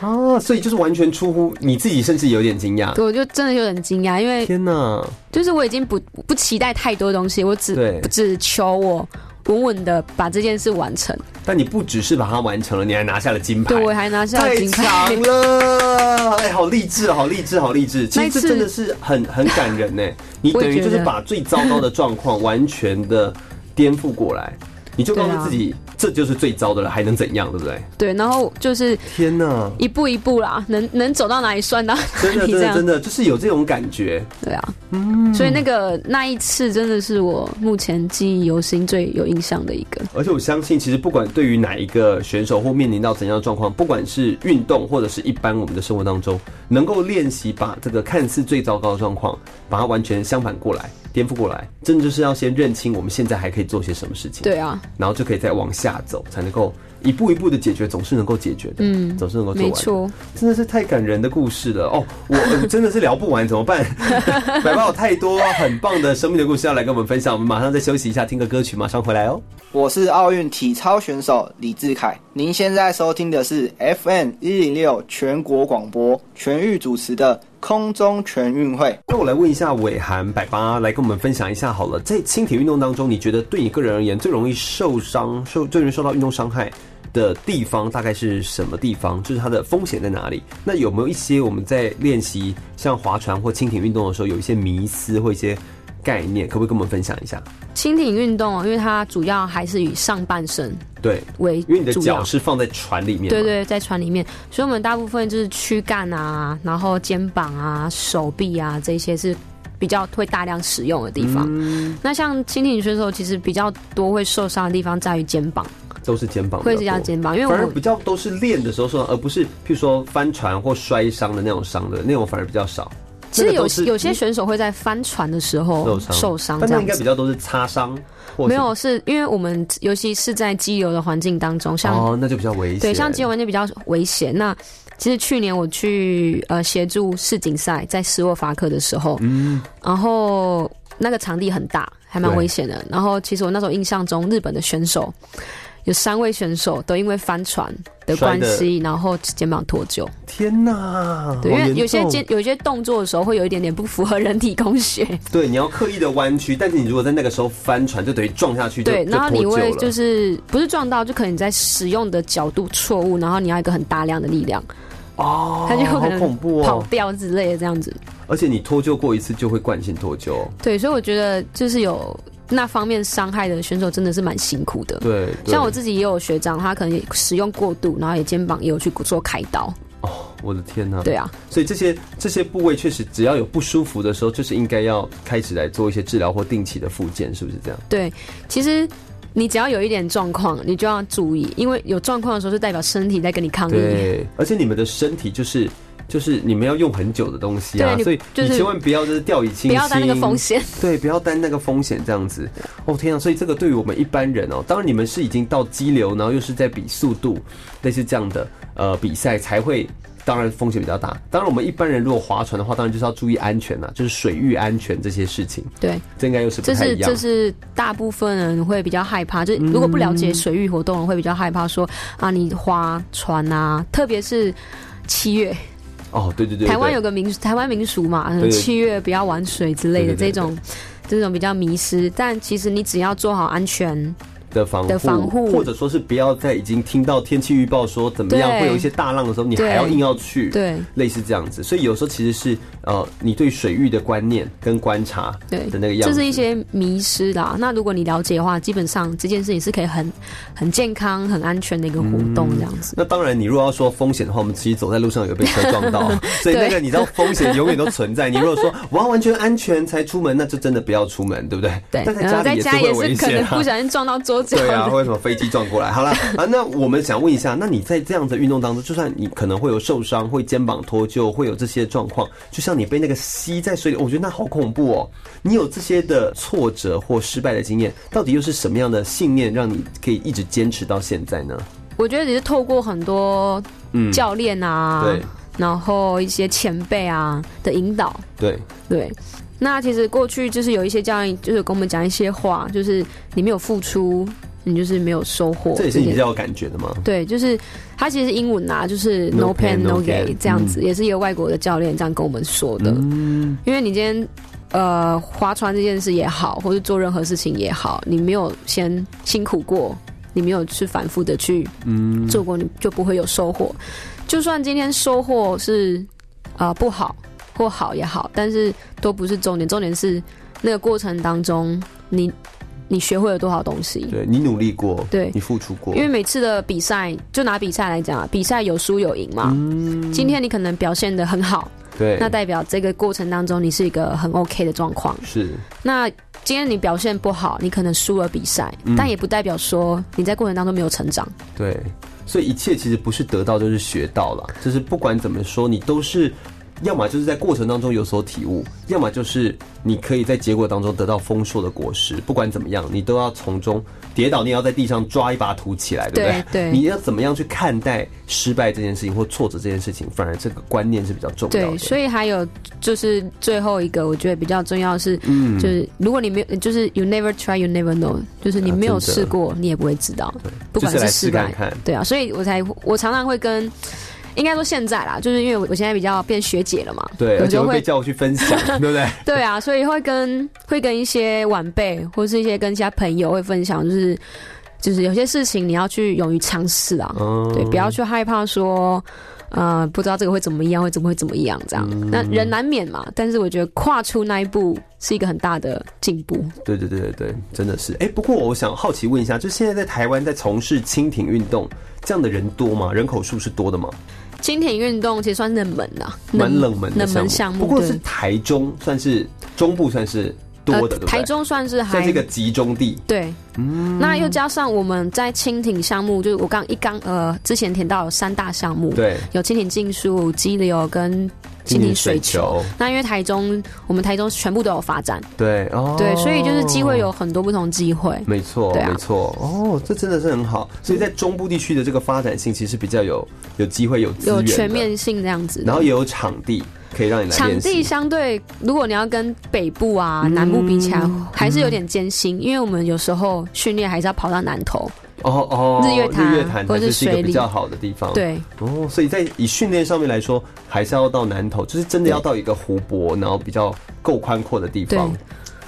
Speaker 1: 啊？所以就是完全出乎你自己，甚至有点惊讶。
Speaker 2: 对，我就真的有点惊讶，因为
Speaker 1: 天哪，
Speaker 2: 就是我已经不不期待太多东西，我只
Speaker 1: 对
Speaker 2: 只求我稳稳的把这件事完成。
Speaker 1: 但你不只是把它完成了，你还拿下了金牌
Speaker 2: 对，。我还拿下了
Speaker 1: 太
Speaker 2: 金牌
Speaker 1: 强。了！哎，好励志，好励志，好励志！其
Speaker 2: 那
Speaker 1: 实
Speaker 2: 一
Speaker 1: 这
Speaker 2: 次
Speaker 1: 真的是很很感人 呢。你
Speaker 2: 我
Speaker 1: 等
Speaker 2: 也
Speaker 1: 于就是
Speaker 2: 觉得
Speaker 1: 把最糟糕的状况完全的颠覆过来，你就告
Speaker 2: 对
Speaker 1: 诉
Speaker 2: 啊
Speaker 1: 自己，这就是最糟的了，还能怎样，对不对？
Speaker 2: 对，然后就是
Speaker 1: 天哪！
Speaker 2: 一步一步啦，能能走到哪里算到
Speaker 1: 真
Speaker 2: 哪
Speaker 1: 的真
Speaker 2: 里这
Speaker 1: 的
Speaker 2: 样
Speaker 1: 真。的，就是有这种感觉。
Speaker 2: 对啊，嗯，所以那个那一次真的是我目前记忆犹新、最有印象的一个。
Speaker 1: 而且我相信，其实不管对于哪一个选手或面临到怎样的状况，不管是运动或者是一般我们的生活当中，能够练习把这个看似最糟糕的状况，把它完全相反过来、颠覆过来，真的就是要先认清我们现在还可以做些什么事情，，
Speaker 2: 对啊，
Speaker 1: 然后就可以再往下走，才能够一步一步的解决，总是能够解决的，嗯，总是能够做
Speaker 2: 没
Speaker 1: 完的。
Speaker 2: 错，
Speaker 1: 真的是太感人的故事了哦！我、 呃真的是聊不完，怎么办？ 白爸有太多很棒的生命的故事要来跟我们分享，我们马上再休息一下，听个歌曲，马上回来哦。
Speaker 4: 我是奥运体操选手李志凯。您现在收听的是 FM 一零六全国广播全域主持的空中全运会。
Speaker 1: 那我来问一下伟涵百八，来跟我们分享一下好了，在轻体运动当中，你觉得对你个人而言最容易受伤、受最容易受到运动伤害的地方大概是什么地方？就是它的风险在哪里？那有没有一些我们在练习像划船或轻艇运动的时候，有一些迷思或一些概念，可不可以跟我们分享一下？
Speaker 2: 轻艇运动哦，因为它主要还是以上半身
Speaker 1: 对，
Speaker 2: 为主
Speaker 1: 因
Speaker 2: 要，
Speaker 1: 为你的脚是放在船里面，
Speaker 2: 对，对，在船里面，所以我们大部分就是躯干啊，然后肩膀啊、手臂啊这些是比较会大量使
Speaker 1: 嗯
Speaker 2: 用的地方。那像轻艇选手其实比较多会受伤的地方在于肩膀，
Speaker 1: 都是肩膀比较多，
Speaker 2: 会是要肩膀因为我
Speaker 1: 反而比较都是练的时候受伤，而不是譬如说翻船或摔伤的那种伤的那种反而比较少。
Speaker 2: 其实
Speaker 1: 那个
Speaker 2: 有
Speaker 1: 都是
Speaker 2: 有些选手会在帆船的时候
Speaker 1: 受伤
Speaker 2: 哦受伤，
Speaker 1: 但
Speaker 2: 这
Speaker 1: 那应
Speaker 2: 样
Speaker 1: 该
Speaker 2: 子
Speaker 1: 比。较都是擦伤，或是
Speaker 2: 没有，是因为我们尤其是在激流的环境当中，像、
Speaker 1: 哦，那就比较危险。
Speaker 2: 对像激流环境比较危险。那其实去年我去呃协助世锦赛，在斯洛伐克的时候，嗯，然后那个场地很大，还蛮
Speaker 1: 对
Speaker 2: 危险的。然后其实我那时候印象中，日本的选手有三位选手都因为帆船的
Speaker 1: 摔
Speaker 2: 关
Speaker 1: 得
Speaker 2: 系，然后肩膀脱臼。
Speaker 1: 天哪，
Speaker 2: 对，
Speaker 1: 好
Speaker 2: 因为
Speaker 1: 严
Speaker 2: 有些
Speaker 1: 重
Speaker 2: 肩有些动作的时候会有一点点不符合人体工学，
Speaker 1: 对你要刻意的弯曲，但是你如果在那个时候翻船，就等于撞下去就
Speaker 2: 对，然后你会就是是不是撞到，就可能你在使用的角度错误，然后你要一个很大量的力量，
Speaker 1: 哦，
Speaker 2: 它就有
Speaker 1: 好
Speaker 2: 可
Speaker 1: 恐怖
Speaker 2: 能跑
Speaker 1: 哦，
Speaker 2: 掉之类的这样子。
Speaker 1: 而且你脱臼过一次就会惯性脱臼，
Speaker 2: 对，所以我觉得就是有那方面伤害的选手真的是蛮辛苦的。
Speaker 1: 对，对
Speaker 2: 像我自己也有学长，他可能也使用过度，然后也肩膀也有去做开刀。
Speaker 1: 哦，我的天哪，
Speaker 2: 对啊，
Speaker 1: 所以这些这些部位确实只要有不舒服的时候，就是应该要开始来做一些治疗或定期的复健，是不是这样？
Speaker 2: 对，其实你只要有一点状况，你就要注意，因为有状况的时候，就代表身体在跟你抗议。
Speaker 1: 对，而且你们的身体就是。就是你们要用很久的东西啊，
Speaker 2: 对你
Speaker 1: 所以
Speaker 2: 就
Speaker 1: 你
Speaker 2: 是
Speaker 1: 千万不要就是掉以轻心，
Speaker 2: 不要担那个风险。
Speaker 1: 对，不要担那个风险，这样子。哦天啊，所以这个对于我们一般人哦，当然你们是已经到激流，然后又是在比速度，类似这样的呃比赛才会。当然风险比较大。当然，我们一般人如果划船的话，当然就是要注意安全啦、就是水域安全这些事情，
Speaker 2: 对，
Speaker 1: 这应该又是不
Speaker 2: 这
Speaker 1: 太
Speaker 2: 是
Speaker 1: 一样嗯
Speaker 2: 这。是大部分人会比较害怕，就是如果不了解水域活动，人会比较害怕说啊，你划船啊，特别是七月，
Speaker 1: 哦，对对对对
Speaker 2: 台湾有个民台湾民俗嘛，
Speaker 1: 对
Speaker 2: 七月不要玩水之类
Speaker 1: 对
Speaker 2: 的
Speaker 1: 对对
Speaker 2: 这种。这种比较迷失，但其实你只要做好安全，
Speaker 1: 的防护，
Speaker 2: 的防护
Speaker 1: 或者说是不要在已经听到天气预报说怎么样
Speaker 2: 对
Speaker 1: 会有一些大浪的时候，你还要
Speaker 2: 对
Speaker 1: 硬要去，
Speaker 2: 对
Speaker 1: 类似这样子。所以有时候其实是呃，你对水域的观念跟观察
Speaker 2: 对
Speaker 1: 的那个，样
Speaker 2: 这
Speaker 1: 子，
Speaker 2: 是一些迷失啦。那如果你了解的话，基本上这件事情是可以很很健康、很安全的一个活动，
Speaker 1: 嗯
Speaker 2: 这样子。
Speaker 1: 那当然，你如果要说风险的话，我们其实走在路上有被车撞到，所以那个
Speaker 2: 对
Speaker 1: 你知道风险永远都存在。你如果说我要完全安全才出门，那就真的不要出门，对不对？
Speaker 2: 对，
Speaker 1: 但在
Speaker 2: 然后
Speaker 1: 家
Speaker 2: 在
Speaker 1: 里
Speaker 2: 家
Speaker 1: 也
Speaker 2: 也
Speaker 1: 是会危
Speaker 2: 是可
Speaker 1: 险
Speaker 2: 能
Speaker 1: 啊
Speaker 2: 不。小心撞到桌角
Speaker 1: 对啊，
Speaker 2: 的，
Speaker 1: 或者什么飞机撞过来？好 了啊，那我们想问一下，那你在这样的运动当中，就算你可能会有受伤，会肩膀脱臼，会有这些状况，就像你被那个吸在水里，我觉得那好恐怖哦。你有这些的挫折或失败的经验，到底又是什么样的信念让你可以一直坚持到现在呢？
Speaker 2: 我觉得也是透过很多
Speaker 1: 嗯，
Speaker 2: 教练啊，
Speaker 1: 对
Speaker 2: 然后一些前辈啊的引导，
Speaker 1: 对，
Speaker 2: 对。那其实过去就是有一些教练，就是有跟我们讲一些话，就是你没有付出，你就是没有收获。
Speaker 1: 这也是你
Speaker 2: 件
Speaker 1: 比较有感觉的吗？
Speaker 2: 对，就是他其实是英文啊，就是
Speaker 1: No
Speaker 2: no
Speaker 1: pain,
Speaker 2: pain
Speaker 1: no
Speaker 2: no
Speaker 1: gain
Speaker 2: gain 这样子，也是一个外国的教练这样跟我们说的。因为你今天呃划船这件事也好，或是做任何事情也好，你没有先辛苦过，你没有去反复的去做过，你就不会有收获。就算今天收获是啊、呃不好或好也好，但是都不是重点，重点是那个过程当中你你学会了多少东西。
Speaker 1: 对你努力过，
Speaker 2: 嗯对
Speaker 1: 你付出过，
Speaker 2: 因为每次的比赛，就拿比赛来讲啊，比赛有输有赢嘛。今天你可能表现的很好，
Speaker 1: 对
Speaker 2: 那代表这个过程当中你是一个很 OK 的状况。
Speaker 1: 是
Speaker 2: 那今天你表现不好，你可能输了比赛，但也不代表说你在过程当中没有成长。
Speaker 1: 对，所以一切其实不是得到就是学到了，就是不管怎么说，你都是。要么就是在过程当中有所体悟，要么就是你可以在结果当中得到丰硕的果实。不管怎么样，你都要从中跌倒，你也要在地上抓一把土起来，对不对？
Speaker 2: 对对
Speaker 1: 你要怎么样去看待失败这件事情或挫折这件事情？反而这个观念是比较重要的。
Speaker 2: 对，所以还有就是最后一个，我觉得比较重要的是，
Speaker 1: 嗯
Speaker 2: 就是如果你没有，就是 you never try, you never know，就是你没
Speaker 1: 啊
Speaker 2: 有
Speaker 1: 真的
Speaker 2: 试过，你也不会知道。不
Speaker 1: 就
Speaker 2: 管
Speaker 1: 是来
Speaker 2: 是
Speaker 1: 试
Speaker 2: 失
Speaker 1: 看
Speaker 2: 败，
Speaker 1: 看。
Speaker 2: 对啊，所以我才我常常会跟，应该说现在啦，就是因为我我现在比较变学姐了嘛，
Speaker 1: 对，
Speaker 2: 我
Speaker 1: 而且
Speaker 2: 就
Speaker 1: 会被
Speaker 2: 会
Speaker 1: 叫我去分享，对不对？
Speaker 2: 对啊，所以会跟会跟一些晚辈或是一些跟其他朋友会分享，就是就是有些事情你要去勇于尝试啊，
Speaker 1: 嗯
Speaker 2: 对，不要去害怕说。呃，不知道这个会怎么样，会怎么会怎么样这样。
Speaker 1: 嗯
Speaker 2: 那人难免嘛，但是我觉得跨出那一步是一个很大的进步。
Speaker 1: 对对对对对，真的是。哎、不过我想好奇问一下，就现在在台湾在从事轻艇运动这样的人多吗？人口数是多的吗？
Speaker 2: 轻艇运动其实算冷门啦，
Speaker 1: 蛮冷门的
Speaker 2: 冷门项目。
Speaker 1: 不过
Speaker 2: 对
Speaker 1: 是台中算是中部算是多的，对不对
Speaker 2: 呃台中算是还
Speaker 1: 算是一个嗯集中地，
Speaker 2: 对，那又加上我们在蜻蜓项目，就是我刚一刚呃之前填到有三大项目，
Speaker 1: 对，
Speaker 2: 有蜻蜓竞速、激流跟蜻蜓水球。，那因为台中，我们台中全部都有发展，
Speaker 1: 对哦，
Speaker 2: 对，所以就是机会有很多不同机会。
Speaker 1: 没错，
Speaker 2: 对啊
Speaker 1: 没错，哦，这真的是很好。所以在中部地区的这个发展性，其实比较有有机会、有资源
Speaker 2: 有
Speaker 1: 的
Speaker 2: 全，面性这样子，
Speaker 1: 然后也有场地可以让你来嗯
Speaker 2: 场
Speaker 1: 练
Speaker 2: 地
Speaker 1: 习。
Speaker 2: 相对，如果你要跟北部啊、南部比起来，还是有点艰辛，因为我们有时候训练还是要跑到南投，
Speaker 1: 哦哦，
Speaker 2: 日月潭
Speaker 1: 日月潭
Speaker 2: 或
Speaker 1: 还
Speaker 2: 者是
Speaker 1: 是一个
Speaker 2: 水里
Speaker 1: 比较好的地方。，
Speaker 2: 对
Speaker 1: 哦，所以在以训练上面来说，还是要到南投，就是真的要到一个湖泊，然后比较够宽阔的地方
Speaker 2: 对。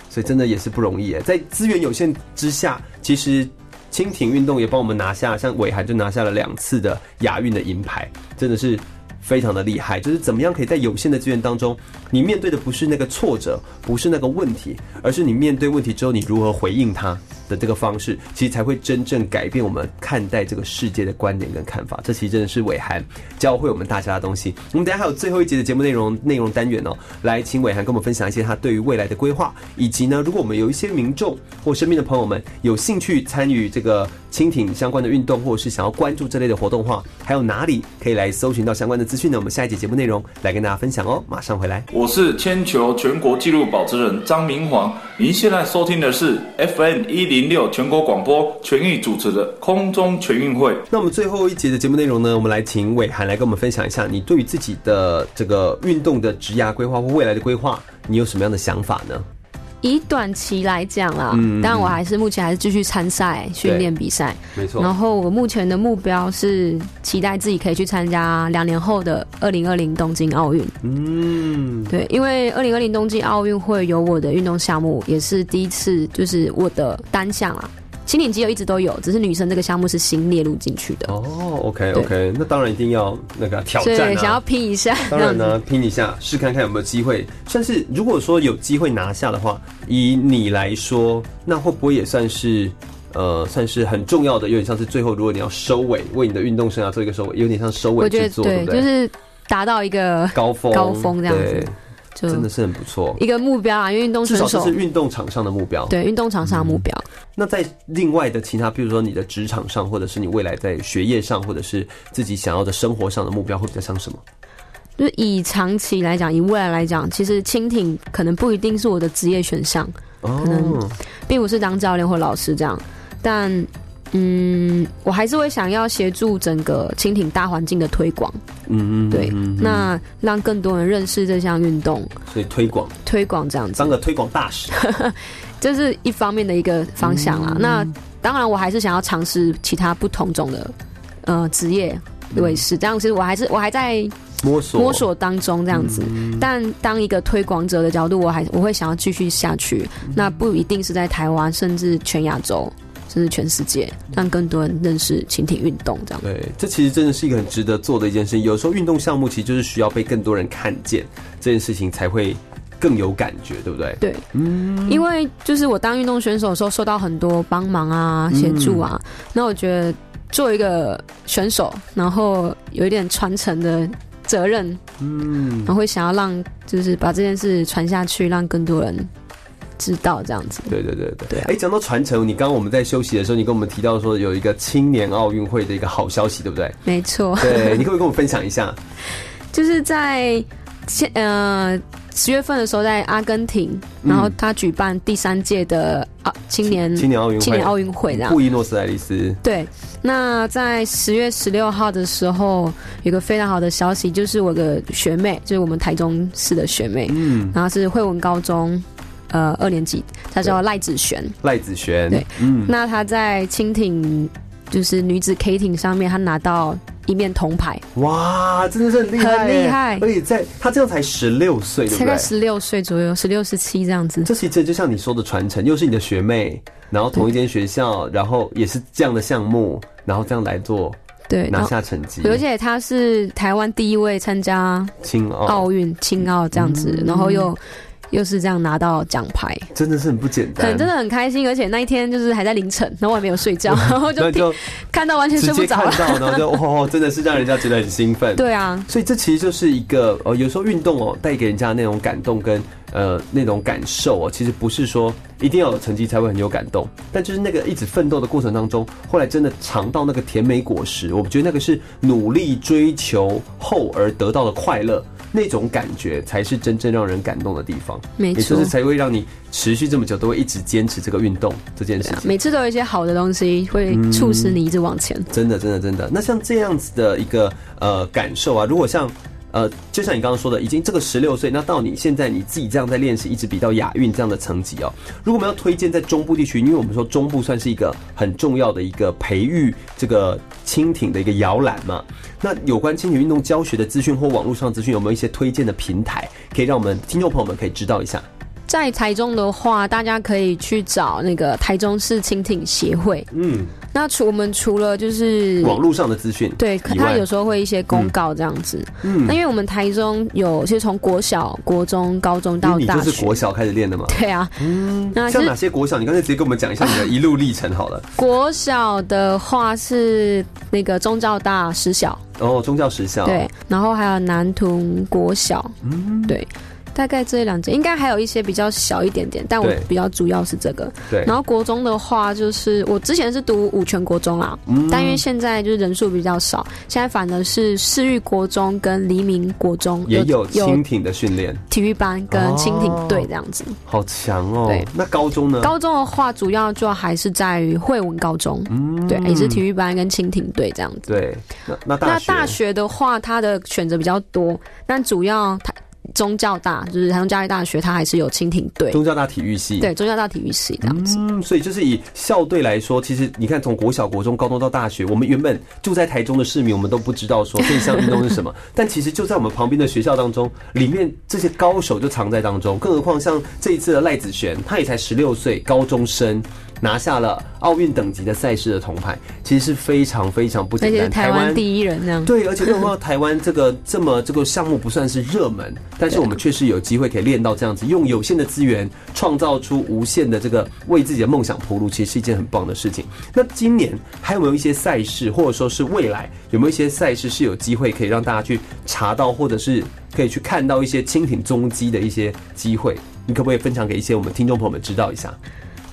Speaker 1: 所以真的也是不容易耶，在资源有限之下，其实蜻蜓运动也帮我们拿下，像伟涵就拿下了两次的亚运的银牌，真的是非常的厉害。就是怎么样可以在有限的资源当中，你面对的不是那个挫折，不是那个问题，而是你面对问题之后你如何回应它的这个方式，其实才会真正改变我们看待这个世界的观点跟看法。这其实真的是伟涵教会我们大家的东西。我们等一下还有最后一节的节目内容内容单元哦，来请伟涵跟我们分享一些他对于未来的规划，以及呢，如果我们有一些民众或身边的朋友们有兴趣参与这个蜻蜓相关的运动，或者是想要关注这类的活动的话，还有哪里可以来搜寻到相关的资讯呢？我们下一节节目内容来跟大家分享哦，马上回来。
Speaker 5: 我是铅球全国纪录保持人张明煌，您现在收听的是 FM 一零六全国广播全域主持的空中全运会。
Speaker 1: 那我们最后一节的节目内容呢，我们来请伟涵来跟我们分享一下，你对于自己的这个运动的职涯规划或未来的规划，你有什么样的想法呢？
Speaker 2: 以短期来讲啦，
Speaker 1: 嗯
Speaker 2: 当然我还是目前还是继续参赛、训练比赛。
Speaker 1: 没
Speaker 2: 然后我目前的目标是期待自己可以去参加两年后的二零二零东京奥运。
Speaker 1: 嗯，
Speaker 2: 对，因为二零二零冬季奥运会有我的运动项目，也是第一次，就是我的单项啊，轻艇肌肉一直都有，只是女生这个项目是新列入进去的，
Speaker 1: 哦，OK OK，那当然一定要那个挑
Speaker 2: 所以
Speaker 1: 战、啊，
Speaker 2: 想要拼一下。
Speaker 1: 当然啊呢，拼一下，试看看有没有机会。算是如果说有机会拿下的话，以你来说，那会不会也算是呃，算是很重要的？有点像是最后，如果你要收尾，为你的运动生涯做一个收尾，有点像收
Speaker 2: 我
Speaker 1: 尾
Speaker 2: 觉
Speaker 1: 之
Speaker 2: 得
Speaker 1: 作，对不对？
Speaker 2: 就是达到一个
Speaker 1: 高峰，
Speaker 2: 高峰这样子
Speaker 1: 对
Speaker 2: 就
Speaker 1: 真的是很不错。
Speaker 2: 一个目标啊，因为运动
Speaker 1: 至
Speaker 2: 选
Speaker 1: 少这
Speaker 2: 手
Speaker 1: 是运动场上的目标。
Speaker 2: 对运动场上的目标。
Speaker 1: 那在另外的其他，比如说你的职场上，或者是你未来在学业上，或者是自己想要的生活上的目标，会比较像什么？
Speaker 2: 就是以长期来讲，以未来来讲，其实蜻蜓可能不一定是我的职业选项，
Speaker 1: 哦
Speaker 2: 能，并不是当教练或老师这样，但。嗯，我还是会想要协助整个蜻蜓大环境的推广，
Speaker 1: 嗯嗯，
Speaker 2: 对
Speaker 1: 嗯，
Speaker 2: 那让更多人认识这项运动，
Speaker 1: 所以推广，
Speaker 2: 推广这样子
Speaker 1: 当，个推广大使。
Speaker 2: 这是一方面的一个方向
Speaker 1: 嗯
Speaker 2: 啦。那当然，我还是想要尝试其他不同种的呃职业为
Speaker 1: 嗯
Speaker 2: 是，这样其实我还是我还在
Speaker 1: 摸索
Speaker 2: 摸索当中这样子。但当一个推广者的角度，我还我会想要继续下去。那不一定是在台湾，甚至全亚洲，甚至全世界，让更多人认识群体运动这样。
Speaker 1: 对，这其实真的是一个很值得做的一件事情。有时候运动项目其实就是需要被更多人看见，这件事情才会更有感觉，对不对？
Speaker 2: 对，因为就是我当运动选手的时候，受到很多帮忙啊、协助啊。那我觉得作为一个选手，然后有一点传承的责任，嗯，然后会想要让就是把这件事传下去，让更多人知道这样子。
Speaker 1: 对对对对。
Speaker 2: 对啊
Speaker 1: 哎，讲到传承，你刚刚我们在休息的时候，你跟我们提到说有一个青年奥运会的一个好消息，对不对？
Speaker 2: 没错，
Speaker 1: 对，你可不可以跟我们分享一下？
Speaker 2: 就是在现呃十月份的时候，在阿根廷，然后他举办第三届的啊青年
Speaker 1: 嗯青年奥运会，
Speaker 2: 青年奥运会这样
Speaker 1: 布宜诺斯艾利斯，
Speaker 2: 对，那在十月十六号的时候，有个非常好的消息，就是我的学妹，就是我们台中市的学妹，
Speaker 1: 嗯，
Speaker 2: 然后是惠文高中，呃，二年级，她叫
Speaker 1: 对
Speaker 2: 赖子璇。
Speaker 1: 赖子璇，
Speaker 2: 对，
Speaker 1: 嗯，
Speaker 2: 那她在蜻蜓，就是女子 K 艇上面，她拿到一面铜牌，
Speaker 1: 哇，真的是很厉害，
Speaker 2: 很厉害
Speaker 1: 而且在他这样才十六岁，对不
Speaker 2: 大概
Speaker 1: 对？
Speaker 2: 十六岁左右，十六十七这样子。
Speaker 1: 这其实就像你说的传承，又是你的学妹，然后同一间学校，然后也是这样的项目，然后这样来做
Speaker 2: 对，然
Speaker 1: 拿
Speaker 2: 后
Speaker 1: 下成绩，
Speaker 2: 而且她是台湾第一位参加
Speaker 1: 青奥
Speaker 2: 奥运、青奥这样子，然后又又是这样拿到奖牌。
Speaker 1: 真的是很不简单，
Speaker 2: 很真的很开心，而且那一天就是还在凌晨，然后我还没有睡觉，然后
Speaker 1: 嗯那
Speaker 2: 就
Speaker 1: 你就
Speaker 2: 看到完全睡
Speaker 1: 直
Speaker 2: 不
Speaker 1: 接
Speaker 2: 着
Speaker 1: 看
Speaker 2: 了。
Speaker 1: 到，然后就哦，真的是让人家觉得很兴奋。，
Speaker 2: 对啊，
Speaker 1: 哦所以这其实就是一个呃，有时候运动哦带给人家那种感动跟呃那种感受哦，其实不是说一定要有成绩才会很有感动，但就是那个一直奋斗的过程当中，后来真的尝到那个甜美果实，我觉得那个是努力追求后而得到的快乐。那种感觉才是真正让人感动的地方，
Speaker 2: 没
Speaker 1: 也就
Speaker 2: 错
Speaker 1: 是才会让你持续这么久都会一直坚持这个运动这件事情。
Speaker 2: 每次都有一些好的东西会促使你一直往前。
Speaker 1: 真的，真的，真的。那像这样子的一个呃感受啊，如果像呃，就像你刚刚说的，已经这个十六岁，那到你现在你自己这样在练习，一直比到亚运这样的成绩哦。如果我们要推荐在中部地区，因为我们说中部算是一个很重要的一个培育这个蜻蜓的一个摇篮嘛。那有关蜻蜓运动教学的资讯或网络上的资讯，有没有一些推荐的平台，可以让我们听众朋友们可以知道一下？
Speaker 2: 在台中的话，大家可以去找那个台中市蜻蜓协会。
Speaker 1: 嗯，
Speaker 2: 那除我们除了就是
Speaker 1: 网络上的资讯，
Speaker 2: 对，
Speaker 1: 以外
Speaker 2: 他有时候会一些公告这样子。嗯，那因为我们台中有，其实从国小、国中、高中
Speaker 1: 因
Speaker 2: 到
Speaker 1: 为你
Speaker 2: 大
Speaker 1: 就是
Speaker 2: 学，
Speaker 1: 国小开始练的嘛。
Speaker 2: 对啊，那其
Speaker 1: 像
Speaker 2: 实
Speaker 1: 哪些国小？你刚才直接跟我们讲一下你 的一路历程好了。
Speaker 2: 国小的话是那个中教大实小，
Speaker 1: 哦，嗯宗教实校，
Speaker 2: 对，然后还有南屯国小，对。大概这两间，应该还有一些比较小一点点，但我
Speaker 1: 对
Speaker 2: 比较主要是这个。
Speaker 1: 对
Speaker 2: 然后国中的话，就是我之前是读五全国中啦，
Speaker 1: 嗯
Speaker 2: 但因为现在就是人数比较少，现在反而是市域国中跟黎明国中
Speaker 1: 也有
Speaker 2: 有
Speaker 1: 蜻蜓的训练，
Speaker 2: 体育班跟蜻
Speaker 1: 哦
Speaker 2: 蜓队这样子。
Speaker 1: 好强哦
Speaker 2: 对。
Speaker 1: 那高中呢？
Speaker 2: 高中的话，主要就还是在于惠文高中，
Speaker 1: 嗯
Speaker 2: 对，也是体育班跟蜻蜓队这样子。
Speaker 1: 对，那那大
Speaker 2: 那
Speaker 1: 学，
Speaker 2: 大学的话，它的选择比较多，但主要它宗教大就是台中教育大学，它还是有蜻蜓队，
Speaker 1: 宗教大体育系，
Speaker 2: 对，宗教大体育系这样子。
Speaker 1: 嗯，所以就是以校队来说，其实你看，从国小、国中、高中到大学，我们原本住在台中的市民，我们都不知道 说这项运动是什么，但其实就在我们旁边的学校当中，里面这些高手就藏在当中。更何况像这一次的赖子璇，他也才十六岁，高中生。拿下了奥运等级的赛事的铜牌，其实是非常非常不
Speaker 2: 而
Speaker 1: 简
Speaker 2: 且
Speaker 1: 单。
Speaker 2: 是台湾第一人这样，
Speaker 1: 对，而且更何况台湾这个这么这个项目不算是热门，但是我们确实有机会可以练到这样子，用有限的资源创造出无限的这个为自己的梦想铺路，其实是一件很棒的事情。那今年还有没有一些赛事，或者说是未来有没有一些赛事是有机会可以让大家去查到，或者是可以去看到一些蜻蜓踪迹的一些机会？你可不可以分享给一些我们听众朋友们知道一下？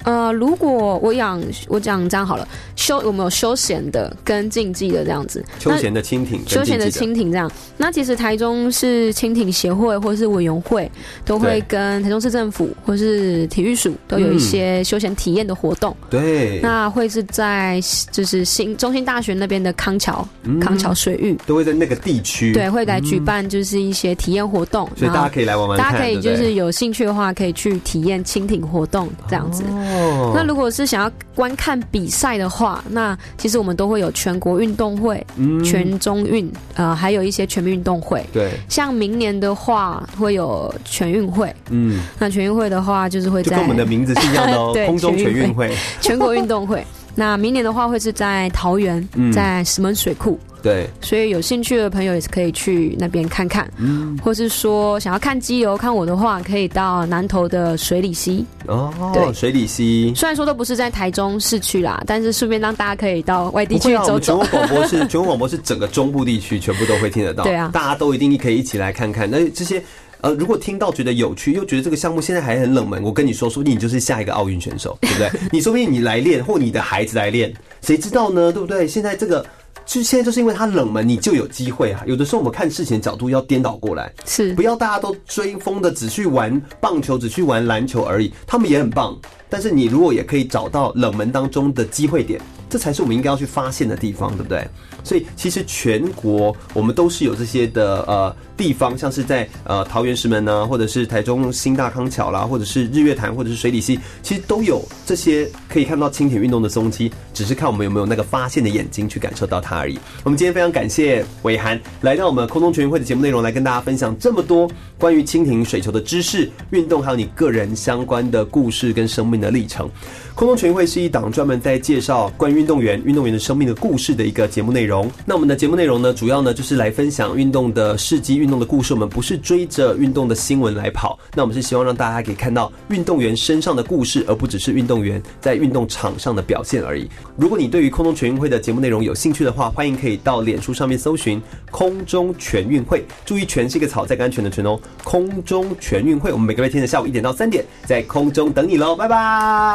Speaker 2: 呃，如果我讲我讲这样好了，休我们有休闲的跟竞技的这样子，
Speaker 1: 休
Speaker 2: 那
Speaker 1: 闲的蜻蜓，
Speaker 2: 休闲的
Speaker 1: 蜻，
Speaker 2: 蜻蜓这样。那其实台中市蜻蜓协会或是委员会都会
Speaker 1: 对
Speaker 2: 跟台中市政府或是体育署都有一些休闲体验的活
Speaker 1: 嗯
Speaker 2: 动。
Speaker 1: 对，
Speaker 2: 那会是在就是新中心大学那边的康桥、
Speaker 1: 嗯
Speaker 2: 康桥水域，
Speaker 1: 都会在那个地区，
Speaker 2: 对，，会来举办就是一些体验活动，
Speaker 1: 所以
Speaker 2: 然后
Speaker 1: 大家可以来玩玩看，
Speaker 2: 大家可以
Speaker 1: 对不对
Speaker 2: 就是有兴趣的话，可以去体验蜻蜓活动这样子。
Speaker 1: 哦
Speaker 2: 那如果是想要观看比赛的话，那其实我们都会有全国运动会、
Speaker 1: 嗯
Speaker 2: 全中运，呃，还有一些全民运动会。
Speaker 1: 对，
Speaker 2: 像明年的话，会有全运会。
Speaker 1: 嗯，
Speaker 2: 那全运会的话，就是会
Speaker 1: 就
Speaker 2: 在
Speaker 1: 跟我们的 名字是一样的哦，
Speaker 2: 对
Speaker 1: 空中全运会，
Speaker 2: 全国运动会。那明年的话，会是在桃园，
Speaker 1: 嗯
Speaker 2: 在石门水库。
Speaker 1: 对，
Speaker 2: 所以有兴趣的朋友也是可以去那边看看，
Speaker 1: 嗯
Speaker 2: 或是说想要看激流看我的话，可以到南投的水里溪。
Speaker 1: 哦，
Speaker 2: 对
Speaker 1: 水里溪。
Speaker 2: 虽然说都不是在台中市区啦，但是顺便让大家可以到外地
Speaker 1: 不
Speaker 2: 去
Speaker 1: 会啊，我
Speaker 2: 走
Speaker 1: 们全
Speaker 2: 走。
Speaker 1: 国广播是 全国广播是整个中部地区全部都会听得到，
Speaker 2: 对啊
Speaker 1: 大家都一定可以一起来看看。那这些呃，如果听到觉得有趣，又觉得这个项目现在还很冷门，我跟你说，说不定你就是下一个奥运选手，对不 对？你说不定你来练，或你的孩子来练，谁知道呢？对不对？现在这个。就现在就是因为它冷门，你就有机会啊！有的时候我们看事情的角度要颠倒过来，
Speaker 2: 是
Speaker 1: 不要大家都追风的只去玩棒球，只去玩篮球而已，他们也很棒。但是你如果也可以找到冷门当中的机会点，这才是我们应该要去发现的地方，对不对？所以其实全国我们都是有这些的呃地方，像是在呃桃园石门呢、或者是台中新大康桥啦，或者是日月潭，或者是水里溪，其实都有这些可以看到轻艇运动的踪迹，只是看我们有没有那个发现的眼睛去感受到它而已。我们今天非常感谢伟涵来到我们空中全运会的节目内容，来跟大家分享这么多关于蜻蜓水球的知识、运动，还有你个人相关的故事跟生命的历程。空中全运会是一档专门在介绍关于运运动员、运动员的生命的故事的一个节目内容。那我们的节目内容呢，主要呢就是来分享运动的事迹、运动的故事。我们不是追着运动的新闻来跑，那我们是希望让大家可以看到运动员身上的故事，而不只是运动员在运动场上的表现而已。如果你对于空中全运会的节目内容有兴趣的话，欢迎可以到脸书上面搜寻“空中全运会”，注意“全”是一个草在跟安全的“全”哦，“空中全运会”。我们每个月天的下午一点到三点在空中等你喽，拜拜，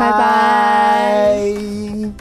Speaker 2: 拜拜。